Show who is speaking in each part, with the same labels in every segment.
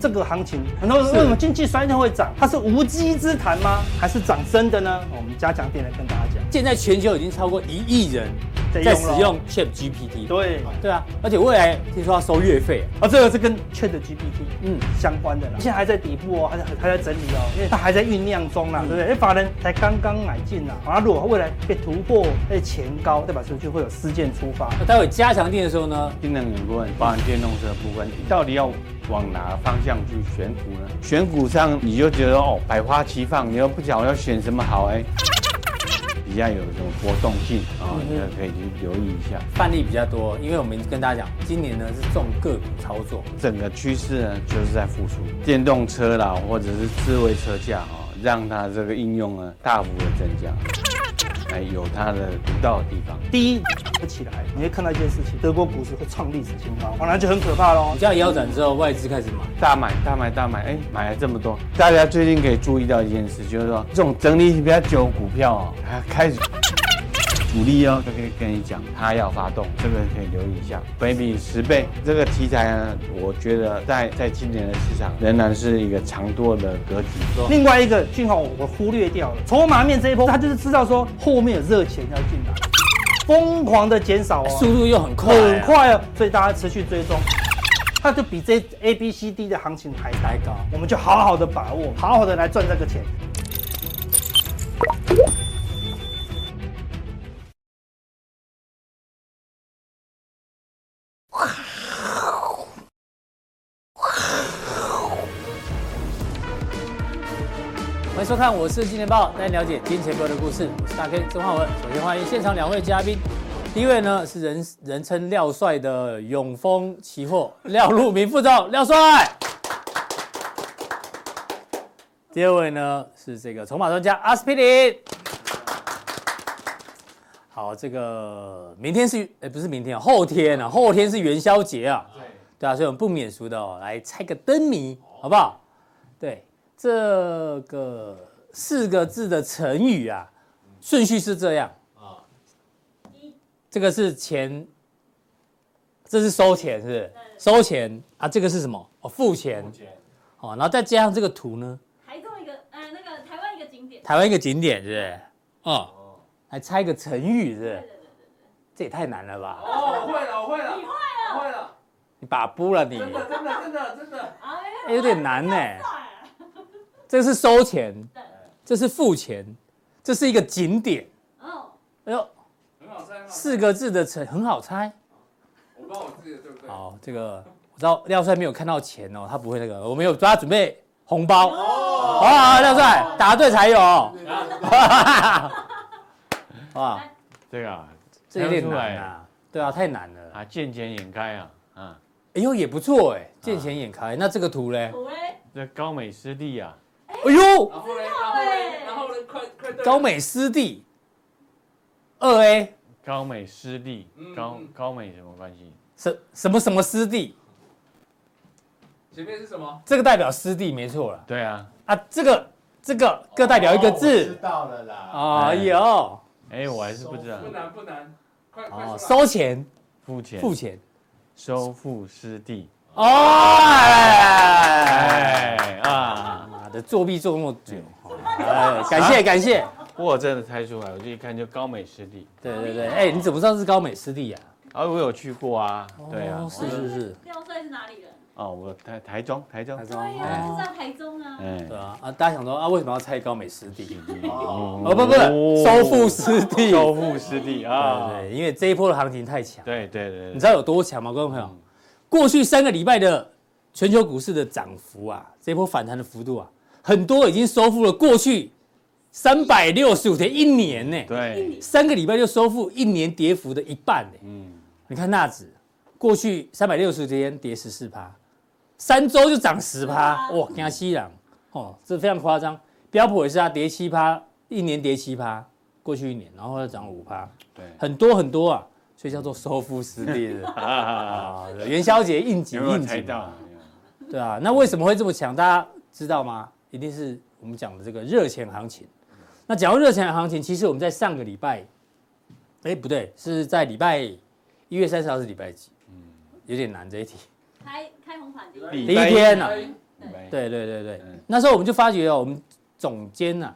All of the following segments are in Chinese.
Speaker 1: 这个行情，很多人为什么经济衰退会涨？它是无稽之谈吗？还是涨真的呢？我们加强点来跟大家讲。
Speaker 2: 现在全球已经超过一亿人
Speaker 1: 在
Speaker 2: 在
Speaker 1: 用
Speaker 2: 使
Speaker 1: 咯
Speaker 2: 用 Chat GPT。
Speaker 1: 对，
Speaker 2: 对啊，而且未来听说要收月费，
Speaker 1: 啊，这个是跟 Chat GPT 嗯
Speaker 2: 嗯
Speaker 1: 相关的啦，现在还在底部哦，还在还在整理哦，因为它还在酝酿中啦，对不对？因为哎法人才刚刚买进啦，啊，如果未来被突破被前高，代表是不是就会有事件出发？
Speaker 2: 那待会加强定的时候呢，
Speaker 3: 新能源部分，包含电动车部分，你到底要往哪方向去选股呢？选股上你就觉得哦，百花齐放，你又不晓得要选什么好哎，比较有这种波动性啊，你就可以去留意一下。
Speaker 2: 范例比较多，因为我们跟大家讲，今年呢是重个股操作，
Speaker 3: 整个趋势呢就是在复苏，电动车啦，或者是智慧车架啊、哦，让它这个应用呢大幅的增加，哎，有它的独到的地方。
Speaker 1: 第一，起来，你会看到一件事情，德国股市会创历史新高，哦哇，那就很可怕喽
Speaker 2: 股。价腰斩之后，外资开始买，
Speaker 3: 大买大买大买，哎，买了这么多。大家最近可以注意到一件事，就是说这种整理比较久的股票啊、哦，它开始主力哦，就可以跟你讲，它要发动，这个可以留意一下。北比十倍这个题材呢，我觉得在在今年的市场仍然是一个长多的格局。
Speaker 1: 另外一个，俊宏我忽略掉了，筹码面这一波，他就是知道说后面有热钱要进来，疯狂的减少哦，
Speaker 2: 速度又很快、啊
Speaker 1: 很，快哦，所以大家持续追踪，它就比这 A B C D 的行情还
Speaker 2: 来
Speaker 1: 来高，
Speaker 2: 搞。
Speaker 1: 我们就好好的把握，好好的来赚这个钱。
Speaker 2: 欢迎收看，我是金钱豹，带你了解金钱豹的故事。我是大 K 曾焕文。首先欢迎现场两位嘉宾，第一位呢是人人称廖帅的永丰期货廖路明副总，廖帅。第二位呢是这个筹码专家阿司匹林。好，这个明天是哎不是明天啊，后天啊，后天是元宵节啊。对。哦对啊，所以我们不免俗的哦，来猜个灯谜，好不好？对，这个四个字的成语啊，顺序是这样啊。这个是钱，这是收钱是不是收钱啊，这个是什么？哦，付钱。哦，然后再加上这个图呢，
Speaker 4: 台中一个呃那个台湾一个景点，
Speaker 2: 台湾一个景点是不是？哦，还猜一个成语是不是？这也太难了吧！
Speaker 5: 哦，我会了，我会了，
Speaker 4: 你坏
Speaker 5: 我
Speaker 4: 了，
Speaker 5: 会了，
Speaker 2: 你把布了你，
Speaker 5: 真的，真的，真的，真的，
Speaker 4: 啊
Speaker 2: 哎有点难呢、
Speaker 4: 帅，
Speaker 2: 这是收钱，
Speaker 4: 对，
Speaker 2: 这是付钱，这是一个景点。
Speaker 4: 嗯，
Speaker 2: 哎呦，
Speaker 5: 很好猜，很好猜。
Speaker 2: 四个字的成很好猜。
Speaker 5: 我帮我自己的，对不对？
Speaker 2: 好，这个我知道廖帅没有看到钱哦，他不会那个，我们有帮他准备红包。好不好，廖帅答对才有。 哇，
Speaker 3: 对啊，
Speaker 2: 这有点难啊，对啊，太难了。
Speaker 3: 啊，见钱眼开啊，啊，
Speaker 2: 哎呦，也不错哎，见钱眼开。那这个图嘞？
Speaker 4: 我嘞，
Speaker 3: 这高美湿地啊，
Speaker 2: 哎呦，
Speaker 5: 然后嘞，然后嘞，然后嘞，快快对了
Speaker 2: 高，美湿地，二 A
Speaker 3: 高美湿地，高高美什么关系？
Speaker 2: 什什么什么湿地，
Speaker 5: 前面是什么？
Speaker 2: 这个代表湿地没错了
Speaker 3: 对啊，
Speaker 2: 啊。这个这个各代表一个字。
Speaker 6: 到了啦。
Speaker 2: 哎呦，
Speaker 3: 哎，我还是不知道
Speaker 5: 不，难，不难，快快
Speaker 2: 哦，
Speaker 5: 说啦。
Speaker 2: 收钱
Speaker 3: 付钱，
Speaker 2: 付钱。
Speaker 3: 收复失地，
Speaker 2: 哦，哎
Speaker 3: 哎啊，
Speaker 2: 妈的，作弊做那么久，哎，感谢感谢，
Speaker 3: 我真的猜出来，我就一看就高美湿地，
Speaker 2: 对对对，哎，你怎么知道是高美湿地呀？
Speaker 3: 啊，我有去过啊，对啊
Speaker 2: 哦，是是是，
Speaker 4: 廖帅是哪里人？
Speaker 3: 哦，我台台中，台中，
Speaker 4: 对呀，是在台中啊，
Speaker 3: 哎
Speaker 2: 对，啊啊，大家想说啊，为什么要猜高美湿地？
Speaker 3: 哦
Speaker 2: 哦不不，收复失地，
Speaker 3: 收复失地
Speaker 2: 对
Speaker 3: 啊，
Speaker 2: 对，因为这一波的行情太强，
Speaker 3: 对对对，
Speaker 2: 你
Speaker 3: 对
Speaker 2: 知道有多强吗，观众朋
Speaker 3: 嗯
Speaker 2: 友？过去三个礼拜的全球股市的涨幅啊，这一波反弹的幅度啊，很多已经收复了过去三百六十五天一年呢、
Speaker 3: 对，
Speaker 2: 三个礼拜就收复一年跌幅的一半呢、
Speaker 3: 嗯，
Speaker 2: 你看纳指，过去三百六十天跌十四趴，三周就涨十趴，哇，惊西朗哦，这非常夸张。标普也是啊，跌七趴，一年跌七趴，过去一年，然后又涨五趴，
Speaker 3: 对，
Speaker 2: 很多很多啊，所以叫
Speaker 3: 嗯
Speaker 2: 做收复失地 的
Speaker 3: 啊，
Speaker 2: 啊。元宵节应景
Speaker 3: 有没有
Speaker 2: 应
Speaker 3: 猜
Speaker 2: 景嘛，
Speaker 3: 到？
Speaker 2: 对啊。那为什么会这么强？大家知道吗？一定是我们讲的这个热钱行情。那讲到热钱行情，其实我们在上个礼拜，哎，不对，是在礼拜一月
Speaker 3: 嗯
Speaker 2: 三十号是礼拜几？有点难这一题。
Speaker 4: 开开红盘的，
Speaker 2: 第一天啊，
Speaker 5: 哎
Speaker 2: 对对对对
Speaker 3: 嗯，
Speaker 2: 那时候我们就发觉哦，我们总监呐、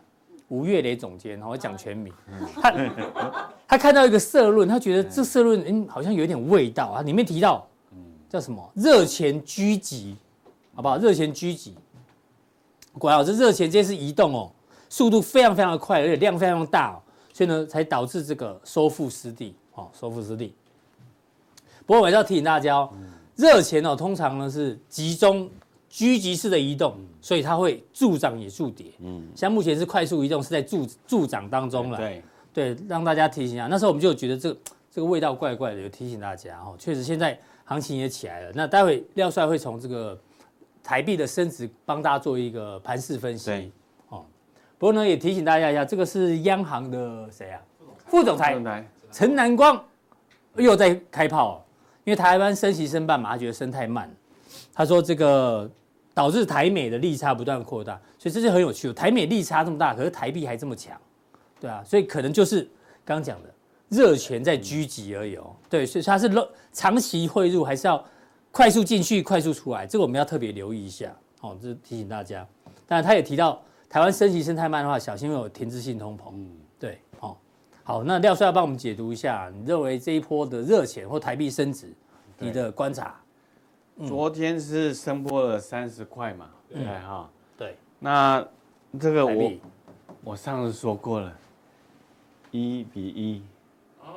Speaker 2: 吴月雷总监，哦我讲全名，他他 看到一个社论，他觉得这社论嗯好像有点味道啊，里面提到叫什么热钱狙击，好不好？热钱狙击，果然哦，这热钱这是移动哦，速度非常非常的快，而且量非常大、哦，所以呢才导致这个收复失地哦，收复失地。不过我还是要提醒大家哦，热钱哦通常呢是集中狙击式的移动，所以它会助涨也助跌。
Speaker 3: 嗯，
Speaker 2: 像目前是快速移动，是在助助涨当中了。
Speaker 3: 对，
Speaker 2: 对，让大家提醒一下。那时候我们就觉得这个这个味道怪怪的，有提醒大家哦。确实，现在行情也起来了。那待会廖帅会从这个台币的升值帮大家做一个盘势分析
Speaker 3: 对
Speaker 2: 哦。不过呢，也提醒大家一下，这个是央行的谁啊？副总裁
Speaker 3: 总裁
Speaker 2: 陈南光又在开炮、哦，因为台湾升息升半嘛，他觉得升太慢。他说这个导致台美的利差不断扩大，所以这是很有趣的。台美利差这么大，可是台币还这么强，对啊，所以可能就是刚讲的热钱在狙击而已哦。 对，所以它是 lo- 长期汇入，还是要快速进去、快速出来，这个我们要特别留意一下。哦，这提醒大家。当然，他也提到台湾升息生态慢的话，小心会有停滞性通膨。嗯，对，哦。好，那廖帅要帮我们解读一下，你认为这一波的热钱或台币升值，你的观察？
Speaker 3: 昨天是升波了三十块嘛，对哈。
Speaker 2: 嗯对，
Speaker 3: 那这个
Speaker 2: 台
Speaker 3: 我
Speaker 2: 币
Speaker 3: 我上次说过了，一比一，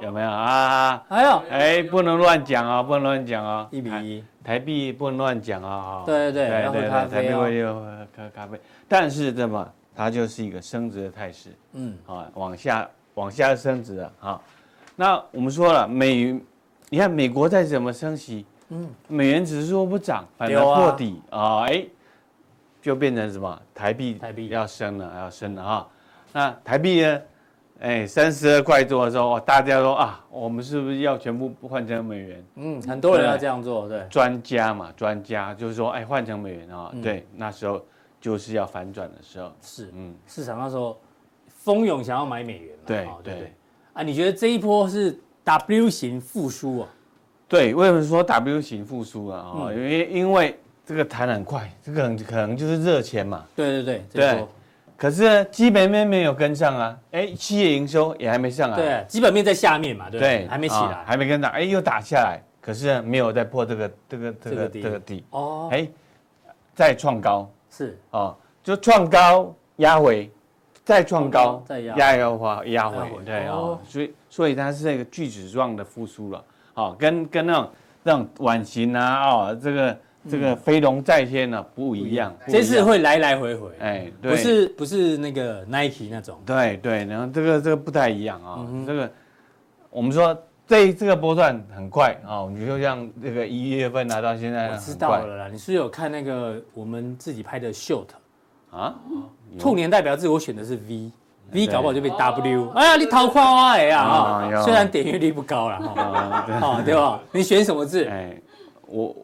Speaker 3: 有没有啊？
Speaker 2: 还有
Speaker 3: 哎，不能乱讲啊，不能乱讲啊，
Speaker 2: 一比
Speaker 3: 台
Speaker 2: 一，
Speaker 3: 台币不能乱讲啊！哈
Speaker 2: 对对对要喝咖啡
Speaker 3: 台币
Speaker 2: 哦
Speaker 3: 会喝喝咖啡，但是这么它就是一个升值的态势
Speaker 2: 嗯，
Speaker 3: 啊，往下往下升值了啊。那我们说了，美你看美国再怎么升息，嗯，美元指数不涨，反而
Speaker 2: 有啊
Speaker 3: 破底啊，哎，就变成什么？台币
Speaker 2: 台币
Speaker 3: 要升了，要升了啊。那台币呢？哎，三十二块多的时候，哇大家说啊，我们是不是要全部换成美元？
Speaker 2: 嗯，很多人要这样做，对，
Speaker 3: 专家嘛，专家就是说，哎，换成美元啊、
Speaker 2: 嗯
Speaker 3: 对，那时候就是要反转的时候，
Speaker 2: 是
Speaker 3: 嗯，
Speaker 2: 市场那时候蜂拥想要买美元嘛，
Speaker 3: 对
Speaker 2: 哦不
Speaker 3: 对
Speaker 2: 啊，你觉得这一波是 W 型复苏啊？
Speaker 3: 对，为什么说 W 型复苏啊？哦，
Speaker 2: 嗯
Speaker 3: 因为因为这个弹很快，这个很可能就是热钱嘛，
Speaker 2: 对对对，
Speaker 3: 对
Speaker 2: 这一波
Speaker 3: 可是呢基本面没有跟上啊，哎，企业营收也还没上来，
Speaker 2: 对，基本面在下面嘛，对不对？还没起
Speaker 3: 啊
Speaker 2: 来，
Speaker 3: 还没跟上，哎，又打下来，可是呢没有再破这个这个这
Speaker 2: 这个
Speaker 3: 个
Speaker 2: 底
Speaker 3: 这个底，
Speaker 2: 哦，
Speaker 3: 哎，再创高
Speaker 2: 是
Speaker 3: 哦，就创高压回，再创高
Speaker 2: 哦，再压
Speaker 3: 压压花压
Speaker 2: 压
Speaker 3: 回
Speaker 2: 回，
Speaker 3: 对
Speaker 2: 哦
Speaker 3: 哦，所以所以它是一个锯齿状的复苏了，好，跟跟那种那种碗形啊，哦，这个这个飞龙在天呢不一样，
Speaker 2: 嗯
Speaker 3: 不一
Speaker 2: 这
Speaker 3: 样
Speaker 2: 次会来来回回，
Speaker 3: 哎，对
Speaker 2: 不是不是那个 Nike 那种，
Speaker 3: 对对，然后这个这个不太一样啊、
Speaker 2: 嗯
Speaker 3: 这个我们说这这个波段很快啊、我们就像这个一月份啊拿到现在
Speaker 2: 我
Speaker 3: 很
Speaker 2: 知
Speaker 3: 快
Speaker 2: 道了啦，你是不是有看那个我们自己拍的 short，
Speaker 3: 啊，
Speaker 2: 兔年代表字我选的是 V。V
Speaker 3: 对
Speaker 2: 搞不好就变
Speaker 5: 哦
Speaker 2: W，哎呀，你桃花花哎呀
Speaker 3: 啊
Speaker 2: 啊！
Speaker 3: 有
Speaker 2: 虽然点阅率不高啦，哈
Speaker 3: 啊对
Speaker 2: 哦，对吧？你选什么字？
Speaker 3: 哎，我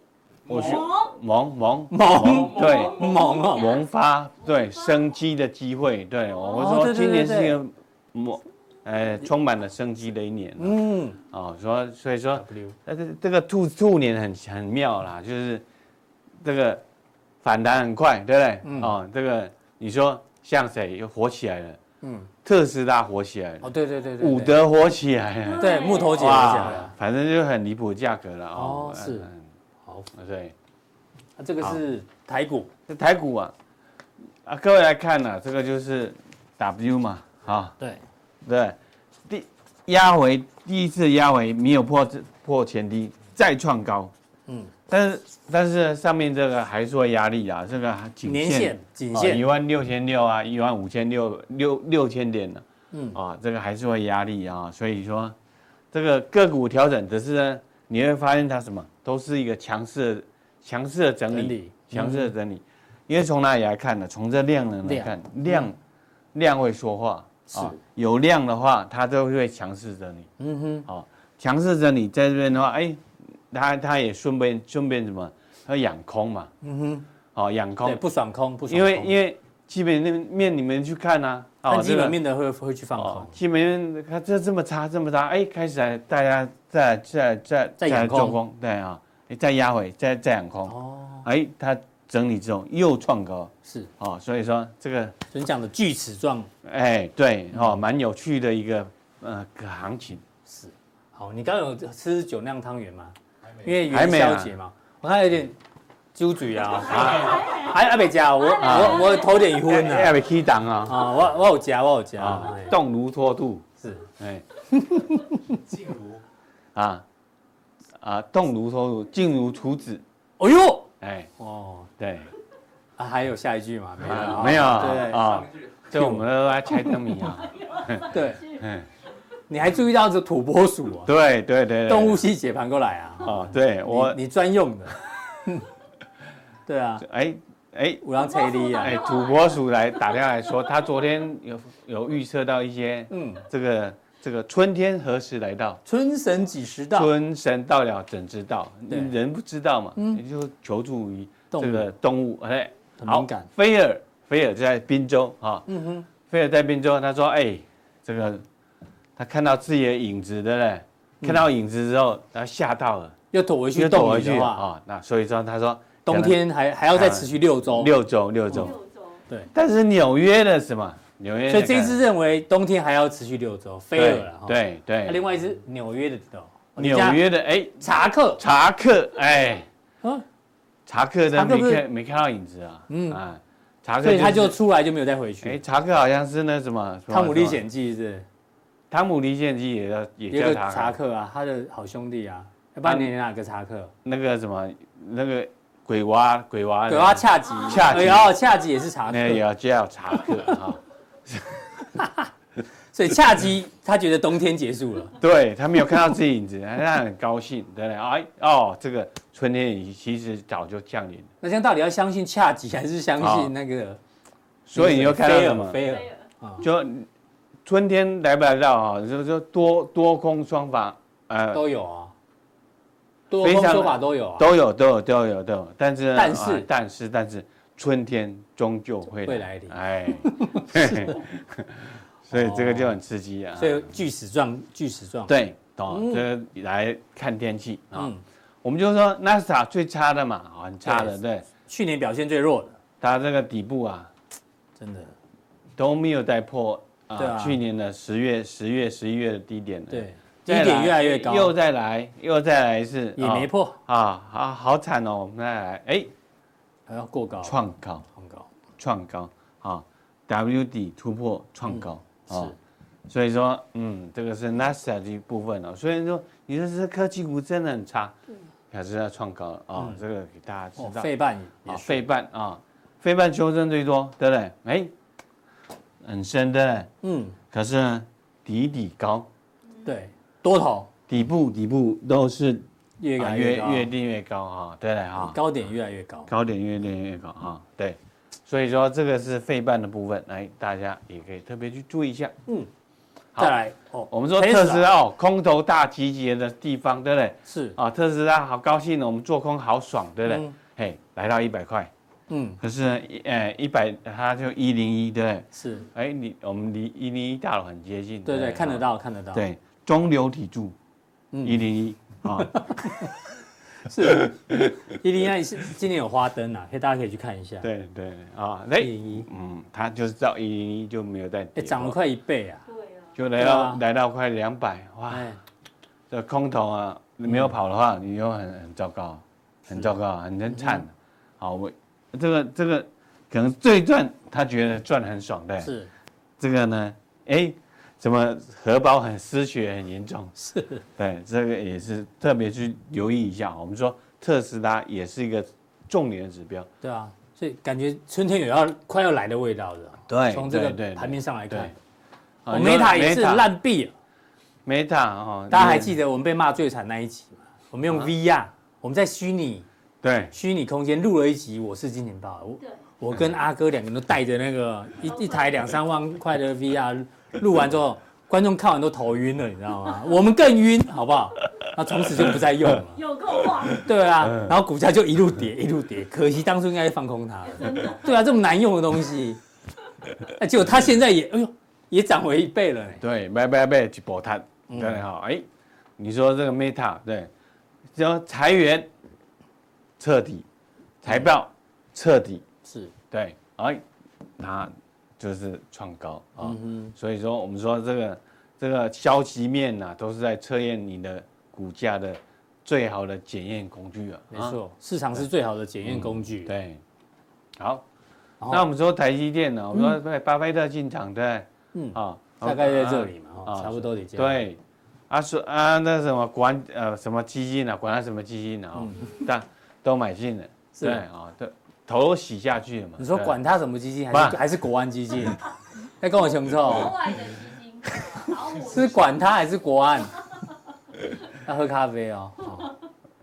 Speaker 3: 我去
Speaker 4: 哦，
Speaker 3: 萌萌
Speaker 2: 萌
Speaker 3: 对
Speaker 2: 猛哦，
Speaker 3: 萌发对生机的机会，对我
Speaker 2: 哦对
Speaker 3: 说
Speaker 2: 对
Speaker 3: 今年
Speaker 2: 对
Speaker 3: 是一
Speaker 2: 对
Speaker 3: 个萌，哎，充满了生机的一年啊、
Speaker 2: 嗯
Speaker 3: 哦，说所以说
Speaker 2: ，W，
Speaker 3: 那这这个兔兔年很很妙啦，就是这个反弹很快，对不对？
Speaker 2: 嗯
Speaker 3: 哦，这个你说像谁又火起来了？
Speaker 2: 嗯，
Speaker 3: 特斯拉火起来了，
Speaker 2: 哦，对对对对，对
Speaker 3: 伍，德火起来了，
Speaker 2: 对木头姐姐啊讲
Speaker 3: 哇
Speaker 2: 的，，
Speaker 3: 反正就很离谱的价格了
Speaker 2: 哦
Speaker 3: 哦。嗯
Speaker 2: 是，好
Speaker 3: 嗯嗯对，
Speaker 2: 啊这个是台股，
Speaker 3: 这台股啊，啊，各位来看呢、这个就是 W 嘛，啊，
Speaker 2: 对，
Speaker 3: 对，第压回第一次压回没有破这破前低，再创高。
Speaker 2: 嗯，
Speaker 3: 但是但是上面这个还说压力啊，这个颈哦
Speaker 2: 年线颈
Speaker 3: 一
Speaker 2: 线，
Speaker 3: 万六千六啊，一万五千六六六千点呢、
Speaker 2: 嗯，
Speaker 3: 啊，这个还是会压力啊，所以说这个个股调整，只是呢你会发现它什么都是一个强势的强势的整
Speaker 2: 整
Speaker 3: 理，
Speaker 2: 理，嗯
Speaker 3: 强势的整理，因为从哪里来看呢？从这量能来
Speaker 2: 量嗯
Speaker 3: 看，量量会说话
Speaker 2: 是
Speaker 3: 啊，有量的话，它都会强势整理。啊
Speaker 2: 嗯哼，
Speaker 3: 强势整理在这边的话，哎，它它也顺便顺便什么，它养空嘛，
Speaker 2: 嗯哼，
Speaker 3: 哦，养空
Speaker 2: 对，，不爽空，不爽空，
Speaker 3: 因为因为基本面你们去看啊，
Speaker 2: 但
Speaker 3: 这
Speaker 2: 基
Speaker 3: 个
Speaker 2: 本面的会会
Speaker 3: 哦
Speaker 2: 去放空，
Speaker 3: 基本面它这这么差这么差，哎，开始来大家再再再
Speaker 2: 再仰
Speaker 3: 做
Speaker 2: 空
Speaker 3: 空，对啊，哎再压回，再再养空，
Speaker 2: 哦，
Speaker 3: 哎，它整理之后又创高
Speaker 2: 是，
Speaker 3: 哦，所以说这个
Speaker 2: 所以你讲的锯齿状。
Speaker 3: 哎对哦，蛮有趣的一个呃个行情。
Speaker 2: 好，你刚刚有吃酒酿汤圆吗？
Speaker 5: 没
Speaker 2: 因为
Speaker 3: 还
Speaker 2: 元
Speaker 3: 没啊
Speaker 2: 宵节嘛，我看有点揪嘴啊，
Speaker 4: 还
Speaker 2: 还还没加，我
Speaker 4: 还
Speaker 2: 我我头有点昏
Speaker 3: 哎要
Speaker 2: 了
Speaker 3: 被 K 档啊
Speaker 2: 啊，我我有加，我有加，
Speaker 3: 啊
Speaker 2: 哎，
Speaker 3: 动如脱兔，
Speaker 2: 是
Speaker 3: 哎
Speaker 5: 静茹，
Speaker 3: 啊啊动如脱兔，静如处子，
Speaker 2: 哎呦，
Speaker 3: 哎
Speaker 2: 哦，
Speaker 3: 对，
Speaker 2: 啊还有下一句吗？没有
Speaker 3: 啊
Speaker 2: 啊，
Speaker 3: 没有
Speaker 2: 对
Speaker 3: 啊
Speaker 5: 哦上，一句
Speaker 3: 这我们都在猜灯谜啊，
Speaker 2: 对，
Speaker 3: 嗯，
Speaker 2: 你还注意到这土拨鼠啊，
Speaker 3: 对对对，对
Speaker 2: 动物系解盘过来 啊，
Speaker 3: 啊，对我
Speaker 2: 你你专用 的，对啊，
Speaker 3: 哎哎
Speaker 2: 五郎彩礼啊，
Speaker 3: 哎，土拨鼠来打电话来说，他昨天有有预测到一些
Speaker 2: 嗯，
Speaker 3: 这个这个春天何时来到，
Speaker 2: 春神几十道，
Speaker 3: 春神到了怎知道？
Speaker 2: 对嗯
Speaker 3: 人不知道嘛，你就求助于
Speaker 2: 动
Speaker 3: 这
Speaker 2: 物
Speaker 3: 个动物，哎，
Speaker 2: 很
Speaker 3: 好
Speaker 2: 敏感，
Speaker 3: 菲尔，菲尔在滨州啊，
Speaker 2: 嗯哼，
Speaker 3: 菲尔在滨州，他说，哎，这个他看到自己的影子，对不对？看到影子之后，他吓到了，
Speaker 2: 又躲回嗯去
Speaker 3: 又躲
Speaker 2: 动
Speaker 3: 回
Speaker 2: 你
Speaker 3: 去
Speaker 2: 的
Speaker 3: 啊。
Speaker 2: 话，
Speaker 3: 啊那所以说，他说
Speaker 2: 冬天还还要再持续六周，
Speaker 3: 六周六周，
Speaker 4: 六周，
Speaker 3: 但是纽约的什么？纽约的
Speaker 2: 所
Speaker 3: 看，
Speaker 2: 以这一只认为冬天还要持续六周，飞
Speaker 3: 对
Speaker 2: 蛾啊了哈。
Speaker 3: 对对
Speaker 2: 那，另外一只纽约的哦，
Speaker 3: 纽
Speaker 2: 人家
Speaker 3: 约的哎，
Speaker 2: 查克，
Speaker 3: 查克哎
Speaker 2: 啊，
Speaker 3: 查克
Speaker 2: 查克
Speaker 3: 的没
Speaker 2: 不是
Speaker 3: 看没看到影子啊，
Speaker 2: 嗯
Speaker 3: 嗯啊，查克
Speaker 2: 所以他就是出来就没有再回
Speaker 3: 哎，
Speaker 2: 去。
Speaker 3: 查克好像是那什么《
Speaker 2: 汤姆历
Speaker 3: 什么
Speaker 2: 险记是
Speaker 3: 汤姆历险记》也叫也
Speaker 2: 不是有
Speaker 3: 叫
Speaker 2: 一个
Speaker 3: 查克
Speaker 2: 查克啊，他的好兄弟啊，要不然你哪个查克？
Speaker 3: 那个什么那个鬼娃鬼娃
Speaker 2: 鬼娃啊恰吉，
Speaker 3: 哦恰吉哎
Speaker 2: 哎呦，恰吉也是查克
Speaker 3: 那，也要叫查克啊，
Speaker 2: 所以恰吉他觉得冬天结束了，
Speaker 3: 对他没有看到自己影子，他很高兴，对不对？哎哦，这个春天已其实早就降临了，
Speaker 2: 那这样到底要相信恰吉还是相
Speaker 3: 好
Speaker 2: 信那个？
Speaker 3: 哦所以你又看到什么？
Speaker 2: 菲尔
Speaker 4: 菲尔
Speaker 3: 就春天来不来到啊？就是说多多空双方，呃，
Speaker 2: 都有啊，多
Speaker 3: 非
Speaker 2: 空
Speaker 3: 常
Speaker 2: 说法都有啊，
Speaker 3: 都有都有都有都有，但是呢
Speaker 2: 但是
Speaker 3: 啊但是但是春天终究会
Speaker 2: 会来临
Speaker 3: 哎， 所以这个就很刺激啊。
Speaker 2: 哦所以锯齿状，锯齿状，
Speaker 3: 对，
Speaker 2: 嗯
Speaker 3: 懂这个来看天气啊
Speaker 2: 嗯。，
Speaker 3: 我们就说纳斯达最差的嘛，啊很差的，对，
Speaker 2: 去年表现最弱的，
Speaker 3: 它这个底部啊
Speaker 2: 真的，
Speaker 3: 都没有再破
Speaker 2: 对啊
Speaker 3: 啊去年的十月、十月、十一月的低点了。
Speaker 2: 对，
Speaker 3: 再来，
Speaker 2: 低点越来越高，
Speaker 3: 又再来，又再来是
Speaker 2: 也没
Speaker 3: 哦
Speaker 2: 破，
Speaker 3: 啊，好好惨哦，我们再来，哎，
Speaker 2: 还要过高，
Speaker 3: 创高。
Speaker 2: 创高，
Speaker 3: 创高啊，W 底突破创高
Speaker 2: 嗯
Speaker 3: 啊，所以说，嗯，这个是 NASA 的一部分哦。所以说，你说这科技股真的很差，表示它创高了啊
Speaker 2: 嗯，
Speaker 3: 这个给大家知
Speaker 2: 哦，
Speaker 3: 道
Speaker 2: 费半也
Speaker 3: 啊。
Speaker 2: 是，
Speaker 3: 费半啊，费半修正最多，对不对？哎，很深对不对？
Speaker 2: 嗯，
Speaker 3: 可是呢，底底高，
Speaker 2: 对，多头
Speaker 3: 底部底部都是
Speaker 2: 越
Speaker 3: 啊
Speaker 2: 来
Speaker 3: 越
Speaker 2: 高，
Speaker 3: 越定越高啊，对不对啊？
Speaker 2: 高点越来越高，
Speaker 3: 高点越练越高啊，对，所以说这个是费半的部分，来大家也可以特别去注意一下。好
Speaker 2: 再来哦，
Speaker 3: 我们说特斯
Speaker 2: Tesla
Speaker 3: 拉哦，空头大集结的地方，对不对？
Speaker 2: 是，
Speaker 3: 啊，特斯拉好高兴哦，我们做空好爽，对不对？
Speaker 2: 嗯
Speaker 3: 嘿，来到一百块，
Speaker 2: 嗯，
Speaker 3: 可是呢，一呃，一百它就一零一，对不对？
Speaker 2: 是
Speaker 3: 哎，你我们离一零一大楼很接近，
Speaker 2: 对
Speaker 3: 不
Speaker 2: 对，看得。
Speaker 3: 啊
Speaker 2: 到看得到，，
Speaker 3: 对，中流砥柱
Speaker 2: 嗯
Speaker 3: 一零一啊，
Speaker 2: 是，一零一是今年有花灯啊，可以大家可以去看一下，
Speaker 3: 对对对 啊，
Speaker 2: 一
Speaker 3: 哎，
Speaker 2: 零一，
Speaker 3: 嗯，它就是到一零一就没有再
Speaker 2: 哎，
Speaker 3: 跌
Speaker 2: 涨了
Speaker 3: 了，
Speaker 2: 快一倍啊，
Speaker 4: 对啊，
Speaker 3: 就来
Speaker 2: 对
Speaker 3: 到、
Speaker 2: 啊
Speaker 3: 来到快两百，哇。
Speaker 2: 哎，
Speaker 3: 这空头啊，你没有跑的话，你就很很糟糕，很糟糕，很很
Speaker 2: 嗯
Speaker 3: 惨。好，我这个这个可能最赚，他觉得赚得很爽的。
Speaker 2: 是
Speaker 3: 这个呢，哎，怎么荷包很失血很严重？
Speaker 2: 是，
Speaker 3: 对，这个也是特别去留意一下。我们说特斯拉也是一个重点的指标。
Speaker 2: 对啊，所以感觉春天有要快要来的味道的，
Speaker 3: 对
Speaker 2: 从这
Speaker 3: 对
Speaker 2: 个
Speaker 3: 对
Speaker 2: 盘面上来
Speaker 3: 对
Speaker 2: 看。
Speaker 3: 啊
Speaker 2: 哦
Speaker 3: 你说
Speaker 2: Meta 也是
Speaker 3: Meta- 嗯
Speaker 2: 烂币啊，
Speaker 3: Meta 哦，
Speaker 2: 大家还记
Speaker 3: 得？
Speaker 2: 得我们被骂最惨那一集吗？我们用
Speaker 3: 啊
Speaker 2: VR，我们在虚拟
Speaker 3: 对，
Speaker 2: 虚拟空间录了一集《我是金钱豹》，我
Speaker 4: 对，
Speaker 2: 我跟阿哥两个人都带着那个一一台两三万块的 VR，录完之后，观众看完都头晕了，你知道吗？我们更晕，好不好？那从此就不再用了，
Speaker 3: 嗯
Speaker 4: 有够晃，
Speaker 2: 对啊，然后股价就一路跌一路跌，可惜当初应该放空 它。
Speaker 4: 真的，
Speaker 2: 对啊，这么难用的东西，那结果它现在也，哎呦，也涨回一倍了呢。
Speaker 3: 对，拜拜拜去搏它，
Speaker 2: 嗯
Speaker 3: 对哈，哎，你说这个 Meta 对，只要裁员彻底，财报彻底，
Speaker 2: 是，
Speaker 3: 对，哎，它就是创高啊。
Speaker 2: 嗯
Speaker 3: 所以说，我们说这个这个消息面呐、都是在测验你的股价的最好的检验工具啊。
Speaker 2: 哼，没
Speaker 3: 啊，嗯
Speaker 2: 错，市场是最好的检验工具。
Speaker 3: 对，好，
Speaker 2: 然
Speaker 3: 那我
Speaker 2: 后
Speaker 3: 们说台积电呢、我们说对巴菲特进场对，
Speaker 2: 嗯
Speaker 3: 啊，
Speaker 2: 大概在这里嘛，
Speaker 3: 啊
Speaker 2: 哦差不多得这样。
Speaker 3: 对，啊说啊那什么管呃什么基金啊，管他什么基金啊，但都买进了，
Speaker 2: 嗯是
Speaker 3: 对啊，对，头都洗下去了嘛。
Speaker 2: 你说
Speaker 3: 对
Speaker 2: 管它什么基金，还
Speaker 3: 不
Speaker 2: 是还是国安基 金？在跟我穷
Speaker 4: 国
Speaker 2: 臭，
Speaker 4: 外的基金，保姆
Speaker 2: 是管它还是国安？ 要喝咖啡 哦，哦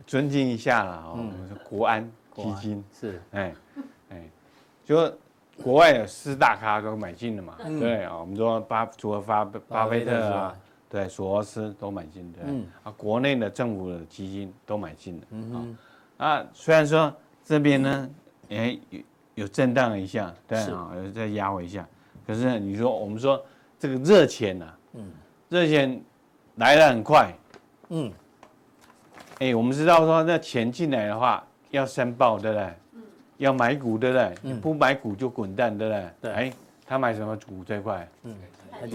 Speaker 3: 尊敬一下啦，哦，
Speaker 2: 嗯
Speaker 3: 我们说国安
Speaker 2: 国
Speaker 3: 基
Speaker 2: 安
Speaker 3: 金，
Speaker 2: 是
Speaker 3: 哎哎，就国外有四大咖都买进了嘛，
Speaker 2: 嗯
Speaker 3: 对啊，我们说巴除了巴巴菲特
Speaker 2: 是
Speaker 3: 啊
Speaker 2: 吧，
Speaker 3: 对，索罗斯都买进，对
Speaker 2: 嗯
Speaker 3: 啊，国内的政府的基金都买进了，
Speaker 2: 嗯
Speaker 3: 啊
Speaker 2: 哼，
Speaker 3: 啊，虽然说这边呢，哎，有有震荡一下，对
Speaker 2: 是
Speaker 3: 啊，有再压回一下。可是呢你说，我们说这个热钱呐、嗯，热钱来的很快，
Speaker 2: 嗯，
Speaker 3: 哎，我们知道说那钱进来的话要申报，对不对？要买股，对不对？
Speaker 2: 嗯
Speaker 3: 不买股就滚蛋，对不对？
Speaker 2: 对
Speaker 3: 哎，他买什么股最快？买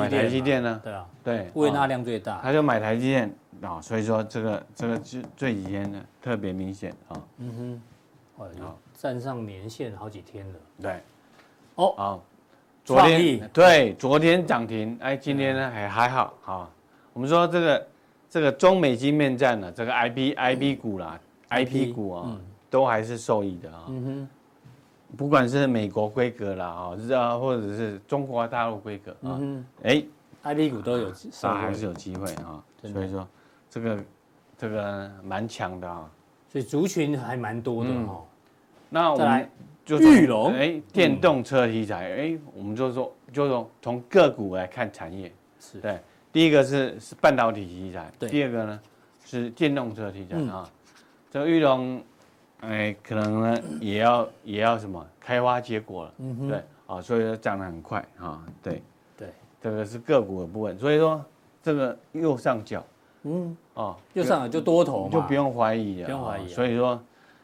Speaker 2: 哦台
Speaker 3: 台
Speaker 2: 积
Speaker 3: 积
Speaker 2: 电啊
Speaker 3: 电呢？
Speaker 2: 对啊，
Speaker 3: 对，
Speaker 2: 维
Speaker 3: 哦
Speaker 2: 纳量最大，
Speaker 3: 他就买台积电啊、所以说这个这个这这几天呢特别明显啊、
Speaker 2: 嗯哼，哎
Speaker 3: 哦
Speaker 2: 呦，站上年线好几天了。
Speaker 3: 对，
Speaker 2: 哦
Speaker 3: 啊、昨
Speaker 2: 创意嗯
Speaker 3: 天对，昨天涨停，哎，今天呢还还好啊、我们说这个这个中美金面战呢，这个 I P I P 股啦、i
Speaker 2: IP
Speaker 3: P 股啊、
Speaker 2: 嗯
Speaker 3: 都还是受益的啊、
Speaker 2: 嗯哼，
Speaker 3: 不管是美国规格啦啊、是啊，或者是中国大陆规格
Speaker 2: 嗯，
Speaker 3: 啊
Speaker 2: 哼
Speaker 3: 哎、
Speaker 2: ，IP 股都有收
Speaker 3: 那、哦还
Speaker 2: 获，
Speaker 3: 是有机会啊、
Speaker 2: 真的
Speaker 3: 所以说这个这个蛮强的啊、
Speaker 2: 所以族群还蛮多的
Speaker 3: 嗯
Speaker 2: 哦。
Speaker 3: 那我
Speaker 2: 再来
Speaker 3: 们就
Speaker 2: 裕
Speaker 3: 玉
Speaker 2: 隆
Speaker 3: 哎，电动车题材，哎，我们就说就说从个股来看产业，
Speaker 2: 是
Speaker 3: 对，第一个是是半导体题材，
Speaker 2: 对
Speaker 3: 第二个呢是电动车题材
Speaker 2: 嗯
Speaker 3: 啊。这个玉龙，哎，可能呢也要也要什么开花结果了，
Speaker 2: 嗯哼
Speaker 3: 对啊，所以说涨得很快啊，对，
Speaker 2: 对，
Speaker 3: 这个是个股的部分，所以说这个右上角
Speaker 2: 嗯，
Speaker 3: 啊，
Speaker 2: 右上角就多头嘛，
Speaker 3: 就不用怀疑了，
Speaker 2: 不用怀疑啊
Speaker 3: 哦所以说，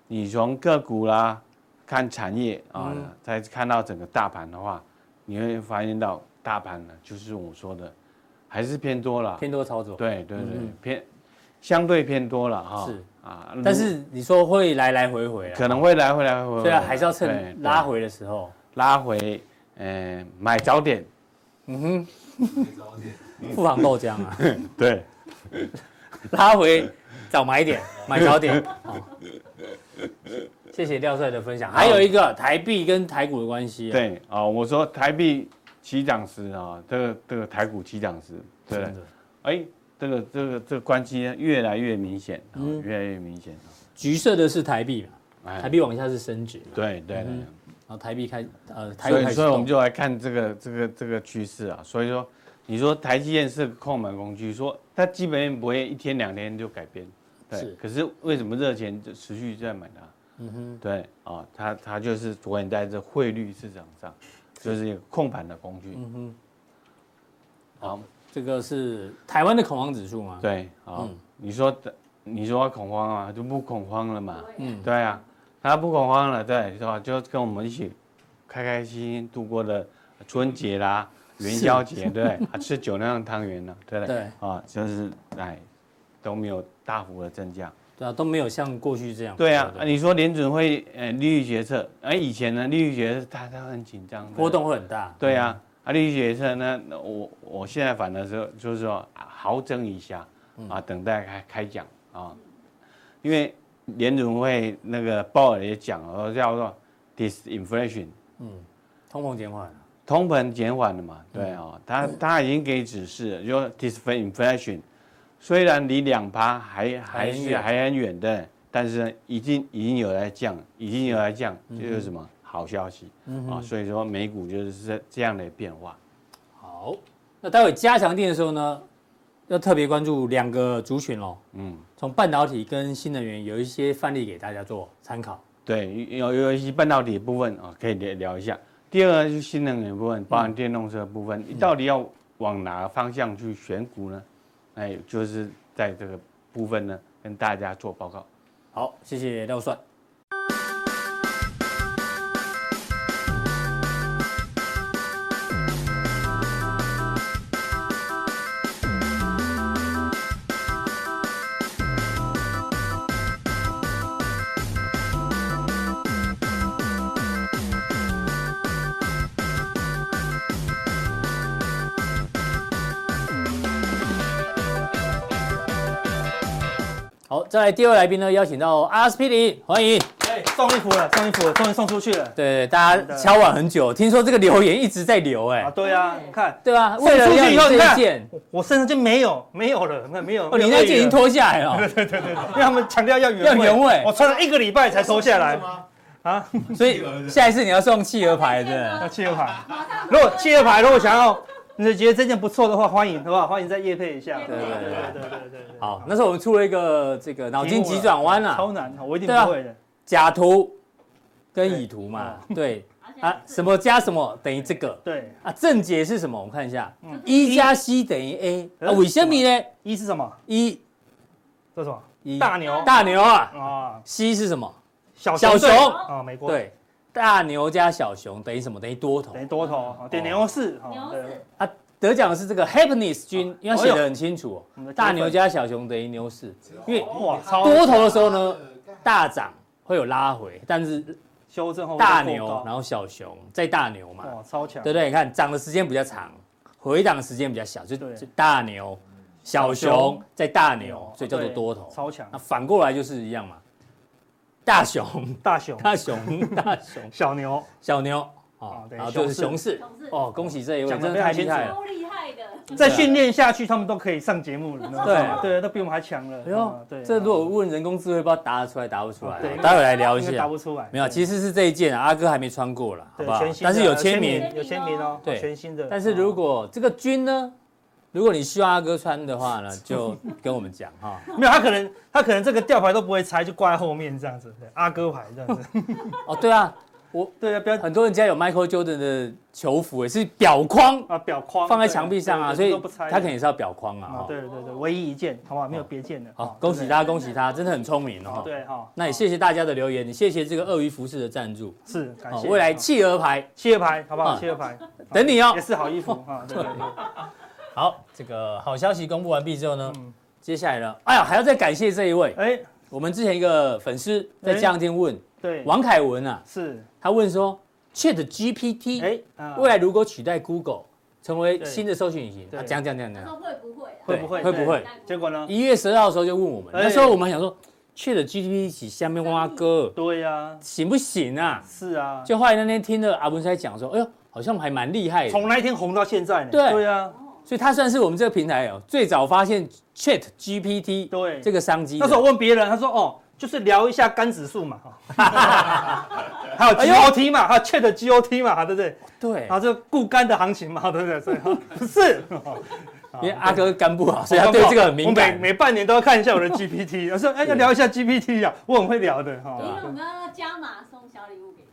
Speaker 3: 你从个股啦看产业啊
Speaker 2: 嗯，
Speaker 3: 再看到整个大盘的话，你会发现到大盘呢，就是我说的，还是偏多了。
Speaker 2: 偏多操作。
Speaker 3: 对对对
Speaker 2: 嗯，
Speaker 3: 偏相对偏多了哈。
Speaker 2: 是
Speaker 3: 啊，
Speaker 2: 但是你说会来来回回啊，
Speaker 3: 可能会来回来回回，
Speaker 2: 所以还是要
Speaker 3: 对
Speaker 2: 趁
Speaker 3: 对
Speaker 2: 拉回的时 候，
Speaker 3: 拉回，呃，买早点。
Speaker 2: 嗯
Speaker 5: 没早点，
Speaker 2: 哼，富航豆浆啊，
Speaker 3: 对，
Speaker 2: 拉回早买点，买早点。哦谢谢廖帅的分享。还有一个台币跟台股的关系啊，
Speaker 3: 对啊，我说台币起涨时啊，这个这个台股起涨时，对不对
Speaker 2: 真。的，
Speaker 3: 哎，这个这个这个关系呢越来越明显，啊
Speaker 2: 嗯
Speaker 3: 越来越明显。
Speaker 2: 橘色的是台币嘛，
Speaker 3: 哎
Speaker 2: 台币往下是升值嘛，
Speaker 3: 对对对
Speaker 2: 嗯，然后台币开呃台股
Speaker 3: 所
Speaker 2: 开
Speaker 3: 以
Speaker 2: 始
Speaker 3: 所以我们
Speaker 2: 动，
Speaker 3: 就来看这个这个这个趋势啊。所以说，你说台积电是个控盘工具，说它基本面不会一天两天就改变，
Speaker 2: 是
Speaker 3: 对。可是为什么热钱就持续在买它？
Speaker 2: 嗯哼，
Speaker 3: 对啊，它它就是着眼在这汇率市场上，就是一个控盘的工具。
Speaker 2: 嗯哼，
Speaker 3: 好，
Speaker 2: 这个是台湾的恐慌指数吗？，
Speaker 3: 对，好
Speaker 2: 嗯，
Speaker 3: 你说你说恐慌啊，就不恐慌了嘛。
Speaker 2: 嗯，
Speaker 3: 对啊，他不恐慌了，对，是吧？就跟我们一起开开心心度过的春节啦、元宵节，对，啊，吃酒酿汤圆 了，对不对？啊，就是哎，都没有大幅的增加。
Speaker 2: 对啊，都没有像过去这样。
Speaker 3: 对啊，啊你说联准会呃利率决策，哎，以前呢利率决策大家很紧张，对
Speaker 2: 波。动会很大。
Speaker 3: 对啊，啊利率决策呢，那我我现在反而是就是说啊豪争一下
Speaker 2: 嗯
Speaker 3: 啊，等待开开奖啊，因为联准会那个鲍尔也讲了，说叫做 disinflation，
Speaker 2: 嗯通膨减缓，
Speaker 3: 通膨减缓了嘛，对哦，
Speaker 2: 嗯
Speaker 3: 他他已经给指示了，就 disinflation，虽然离两趴还还
Speaker 2: 很
Speaker 3: 是
Speaker 2: 远
Speaker 3: 还很远的，但是呢，已经已经有在降，已经有在降，
Speaker 2: 嗯
Speaker 3: 这就是什么好消息啊，所以说美股就是这这样的变化。
Speaker 2: 好，那待会加强电的时候呢，要特别关注两个族群哦。
Speaker 3: 嗯，
Speaker 2: 从半导体跟新能源有一些范例给大家做参考。
Speaker 3: 对，有有一些半导体部分啊、可以聊聊一下。第二个就是新能源部分，包含电动车部分，你到底要往哪个方向去选股呢？哎，就是在这个部分呢，跟大家做报告。
Speaker 2: 好，谢谢廖帅。好，再来第二位来宾呢，邀请到阿司匹林，欢迎。
Speaker 1: 哎，送衣服了，送衣服了，终于送出去了。
Speaker 2: 对，大
Speaker 1: 真
Speaker 2: 家
Speaker 1: 的
Speaker 2: 敲碗很久，听说这个留言一直在留、哎、
Speaker 1: 啊，对啊，你看，
Speaker 2: 对吧？
Speaker 1: 送
Speaker 2: 为了
Speaker 1: 出
Speaker 2: 要
Speaker 1: 去以后，
Speaker 2: 你
Speaker 1: 你
Speaker 2: 这一
Speaker 1: 看
Speaker 2: 件，，
Speaker 1: 我我身上就没有没有了，那没有。
Speaker 2: 哦，你
Speaker 1: 没有
Speaker 2: 那件已经
Speaker 1: 了，
Speaker 2: 脱下 来了，
Speaker 1: 因为他们强调要原
Speaker 2: 要原味
Speaker 1: 我穿了一个礼拜才脱下来啊。
Speaker 2: 所以下一次你要送企鹅牌
Speaker 1: 要
Speaker 2: 的。
Speaker 1: 切合牌，如果切合牌，如果想要，你觉得这件不错的话，欢迎，好不好？欢迎再夜配一下。
Speaker 4: 对
Speaker 2: 对对
Speaker 1: 对对对对
Speaker 2: 好，那时候我们出了一个这个脑筋急转弯啊，
Speaker 1: 超难，我一定
Speaker 2: 对啊
Speaker 1: 不会的。
Speaker 2: 假图跟乙图嘛，对啊，什
Speaker 4: 么？
Speaker 2: 么加什么等于这个
Speaker 1: 对，
Speaker 2: 啊，正解是什么？我们看一下
Speaker 1: 嗯，
Speaker 2: 一加 C 等于 A，啊，
Speaker 1: 嗯
Speaker 2: 为什么呢？
Speaker 1: 一是什么？
Speaker 2: 一
Speaker 1: 这是什么？
Speaker 2: 一
Speaker 1: 大牛
Speaker 2: 大牛啊
Speaker 1: 啊，
Speaker 2: ，C 是什么？
Speaker 1: 小
Speaker 2: 小
Speaker 1: 熊
Speaker 2: 熊哦
Speaker 1: 队啊，美国队
Speaker 2: 对，大牛加小熊等于什么？等于多头
Speaker 1: 等。于多头
Speaker 2: 哦
Speaker 1: 啊，对牛市啊，
Speaker 4: 牛
Speaker 1: 对
Speaker 4: 市，
Speaker 2: 得奖的是这个 happiness 君，因为他写得很清楚哦。
Speaker 1: 哦哎我们的
Speaker 2: 大
Speaker 1: 铁粉
Speaker 2: 牛加小熊等于牛市，因
Speaker 5: 哦
Speaker 2: 为
Speaker 1: 哇，超
Speaker 2: 多头的时候呢，大涨会有拉回，但是
Speaker 1: 修正后
Speaker 2: 大
Speaker 1: 哦过
Speaker 2: 牛
Speaker 1: 高，哦
Speaker 2: 然后小熊，再大牛嘛，
Speaker 1: 哇，超强
Speaker 2: 对，不对？你看涨的时间比较长，回档的时间比较小，就
Speaker 1: 对
Speaker 2: 就大牛、小
Speaker 1: 小
Speaker 2: 熊
Speaker 1: 熊哦
Speaker 2: 再大牛，所以叫做
Speaker 1: 对
Speaker 2: 多头。
Speaker 1: 超强
Speaker 2: 那，反过来就是一样嘛，大熊、
Speaker 1: 大熊、
Speaker 2: 大熊、大熊、
Speaker 1: 小牛，
Speaker 2: 小牛啊
Speaker 1: 哦，对
Speaker 2: 然后就是熊
Speaker 1: 熊
Speaker 2: 市
Speaker 4: 熊市
Speaker 2: 哦，恭喜这一位，
Speaker 1: 讲得
Speaker 2: 真的
Speaker 1: 非常清
Speaker 2: 太厉
Speaker 1: 楚
Speaker 2: 害了。
Speaker 4: 超厉害的，
Speaker 1: 再训练下去，他们都可以上节目了，你知道吗
Speaker 2: 对
Speaker 1: 对，都比我们还强了。
Speaker 2: 哎呦
Speaker 1: 啊，对，哦
Speaker 2: 这如果问人工智慧，不知道答得出来答不出来
Speaker 1: 对，
Speaker 2: 待会来聊一
Speaker 1: 应该答
Speaker 2: 下。
Speaker 1: 不出来，
Speaker 2: 没有，
Speaker 1: 对
Speaker 2: 其实是这一件啊，阿哥还没穿过啦，好
Speaker 1: 对
Speaker 2: 不好
Speaker 1: 全？新的嗯
Speaker 2: 但是有签名。
Speaker 1: 有签名哦，
Speaker 2: 对
Speaker 1: 全新的。
Speaker 2: 但是如果这个军呢，如果你需要阿哥穿的话 呢，就跟我们讲哈。
Speaker 1: 没有他可能他可能这个吊牌都不会拆，就挂在后面这样子，对阿哥牌这样子。
Speaker 2: 哦，对啊，
Speaker 1: 对啊，不要
Speaker 2: 很多人家有 Michael Jordan 的球服，也是表框
Speaker 1: 啊表框
Speaker 2: 放在墙壁上啊，所
Speaker 1: 对
Speaker 2: 以
Speaker 1: 都不拆
Speaker 2: 他肯定是要表框啊
Speaker 1: 哎啊，。
Speaker 2: 哈
Speaker 1: 对对对，唯一一件，好不好？没有别件的。
Speaker 2: 好
Speaker 1: 哦，
Speaker 2: 恭喜。
Speaker 1: 对
Speaker 2: 他，恭喜他，真的很聪明
Speaker 1: 不
Speaker 2: 哦。
Speaker 1: 对对哈，
Speaker 2: 那也谢谢大家的留言，也谢谢这个鳄鱼服饰的赞助。
Speaker 1: 是感
Speaker 2: 哦
Speaker 1: 谢。
Speaker 2: 未来企鹅牌
Speaker 1: 企鹅牌好不好？
Speaker 2: 啊
Speaker 1: 企鹅牌
Speaker 2: 等你哦
Speaker 1: 也。嗯是好衣 服啊，对对对，
Speaker 2: 好，这个好消息公布完毕之后呢，
Speaker 1: 嗯
Speaker 2: 接下来呢，哎呀，还要再感谢这一位，
Speaker 1: 哎
Speaker 2: 我们之前一个粉丝在
Speaker 1: 哎
Speaker 2: 这两天问
Speaker 1: 对，
Speaker 2: 王凯文啊，
Speaker 1: 是
Speaker 2: 他问说，Chat GPT
Speaker 1: 哎啊
Speaker 2: 未来如果取代 Google 成为
Speaker 1: 对
Speaker 2: 新的搜寻引擎，
Speaker 1: 对
Speaker 2: 啊讲讲讲
Speaker 4: 他
Speaker 2: 讲，
Speaker 4: 说会不会啊？
Speaker 1: 会不会
Speaker 2: 会不会？
Speaker 1: 结果呢？
Speaker 2: 一月十二号的时候就问我们，
Speaker 1: 哎
Speaker 2: 那时候我们想说，Chat GPT 起下面挖哥
Speaker 1: 对呀，
Speaker 2: 行不行啊？
Speaker 1: 是啊，
Speaker 2: 就后来那天听了阿文在讲说，哎呦，好像还蛮厉害
Speaker 1: 从
Speaker 2: 的，
Speaker 1: 那一天红到现在呢。
Speaker 2: 对
Speaker 1: 对啊，
Speaker 2: 所以他算是我们这个平台哦最早发现 Chat GPT
Speaker 1: 对
Speaker 2: 这个商机的。
Speaker 1: 那时候我问别人，他说哦，就是聊一下肝指数嘛，哦 还有
Speaker 2: 哎呦哎
Speaker 1: GOT 嘛，还有 Chat GOT 嘛，对不对？
Speaker 2: 对
Speaker 1: 然，后这个固肝的行情嘛，对不对？所以 不是，
Speaker 2: 因为阿哥肝不好，所以他对这个很敏
Speaker 1: 啊我
Speaker 2: 感。
Speaker 1: 每每半年都要看一下我的 GPT，我说哎要聊一下 GPT 啊，我很会聊的哦哈
Speaker 4: 因。为我们要加码送小礼物给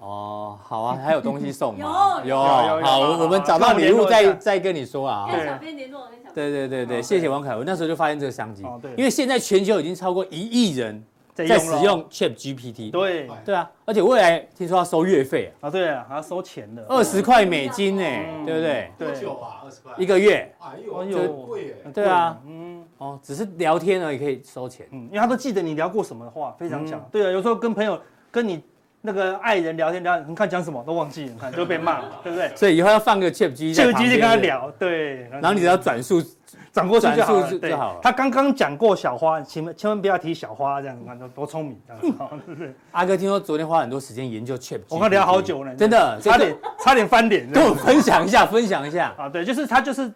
Speaker 4: 他，
Speaker 2: 哦，好啊，还有东西送吗？
Speaker 4: 有有
Speaker 1: 有有
Speaker 2: 好，
Speaker 1: 有
Speaker 2: 我我们
Speaker 1: 好
Speaker 2: 找到
Speaker 1: 那我们
Speaker 2: 礼物
Speaker 1: 联络一
Speaker 2: 再
Speaker 1: 下
Speaker 2: 再跟你说啊。
Speaker 4: 跟
Speaker 2: 哈
Speaker 1: 对
Speaker 4: 小编联络，跟小编
Speaker 2: 对对对对，
Speaker 1: 好
Speaker 2: 谢谢王凯文，那时候就发现这个商机
Speaker 1: 哦对，
Speaker 2: 因为现在全球已经超过一亿人啊在使
Speaker 1: 了
Speaker 2: 用 Chat GPT。
Speaker 1: 对
Speaker 2: 对啊，而且未来听说要收月费啊，
Speaker 1: 啊对啊，还要收钱的，
Speaker 2: 二十块美金呢
Speaker 1: 嗯，
Speaker 2: 对不对？
Speaker 5: 多久啊？二十块
Speaker 2: 一个月
Speaker 5: 哎
Speaker 1: 哎
Speaker 5: 呦，
Speaker 1: 呦
Speaker 5: 这贵耶！
Speaker 2: 对啊
Speaker 1: 嗯
Speaker 2: 哦，只是聊天而已可以收钱。
Speaker 1: 嗯，因为他都记得你聊过什么话，非常强
Speaker 2: 嗯。
Speaker 1: 对啊，有时候跟朋友跟你那个爱人聊天聊，你看讲什么都忘记，你看就被骂， 对不对？
Speaker 2: 所以以后要放个 Chat GPT，
Speaker 1: 就
Speaker 2: 在旁
Speaker 1: 继
Speaker 2: 边
Speaker 1: 续跟他，聊，对，然
Speaker 2: 然后你只要转述
Speaker 1: 转过去就好
Speaker 2: 转述
Speaker 1: 了，
Speaker 2: 就
Speaker 1: 对
Speaker 2: 就好了
Speaker 1: 他刚刚讲过小花，千万千万不要提小花这样 子，看多多聪明这样子， 好对不对？
Speaker 2: 阿哥听说昨天花很多时间研究 Chat，
Speaker 1: 我跟他聊好久呢
Speaker 2: 真的，
Speaker 1: 差点差点翻脸这
Speaker 2: 跟
Speaker 1: 样
Speaker 2: 我
Speaker 1: 子，
Speaker 2: 分享一下，分享一下。
Speaker 1: 啊，对，就是它就是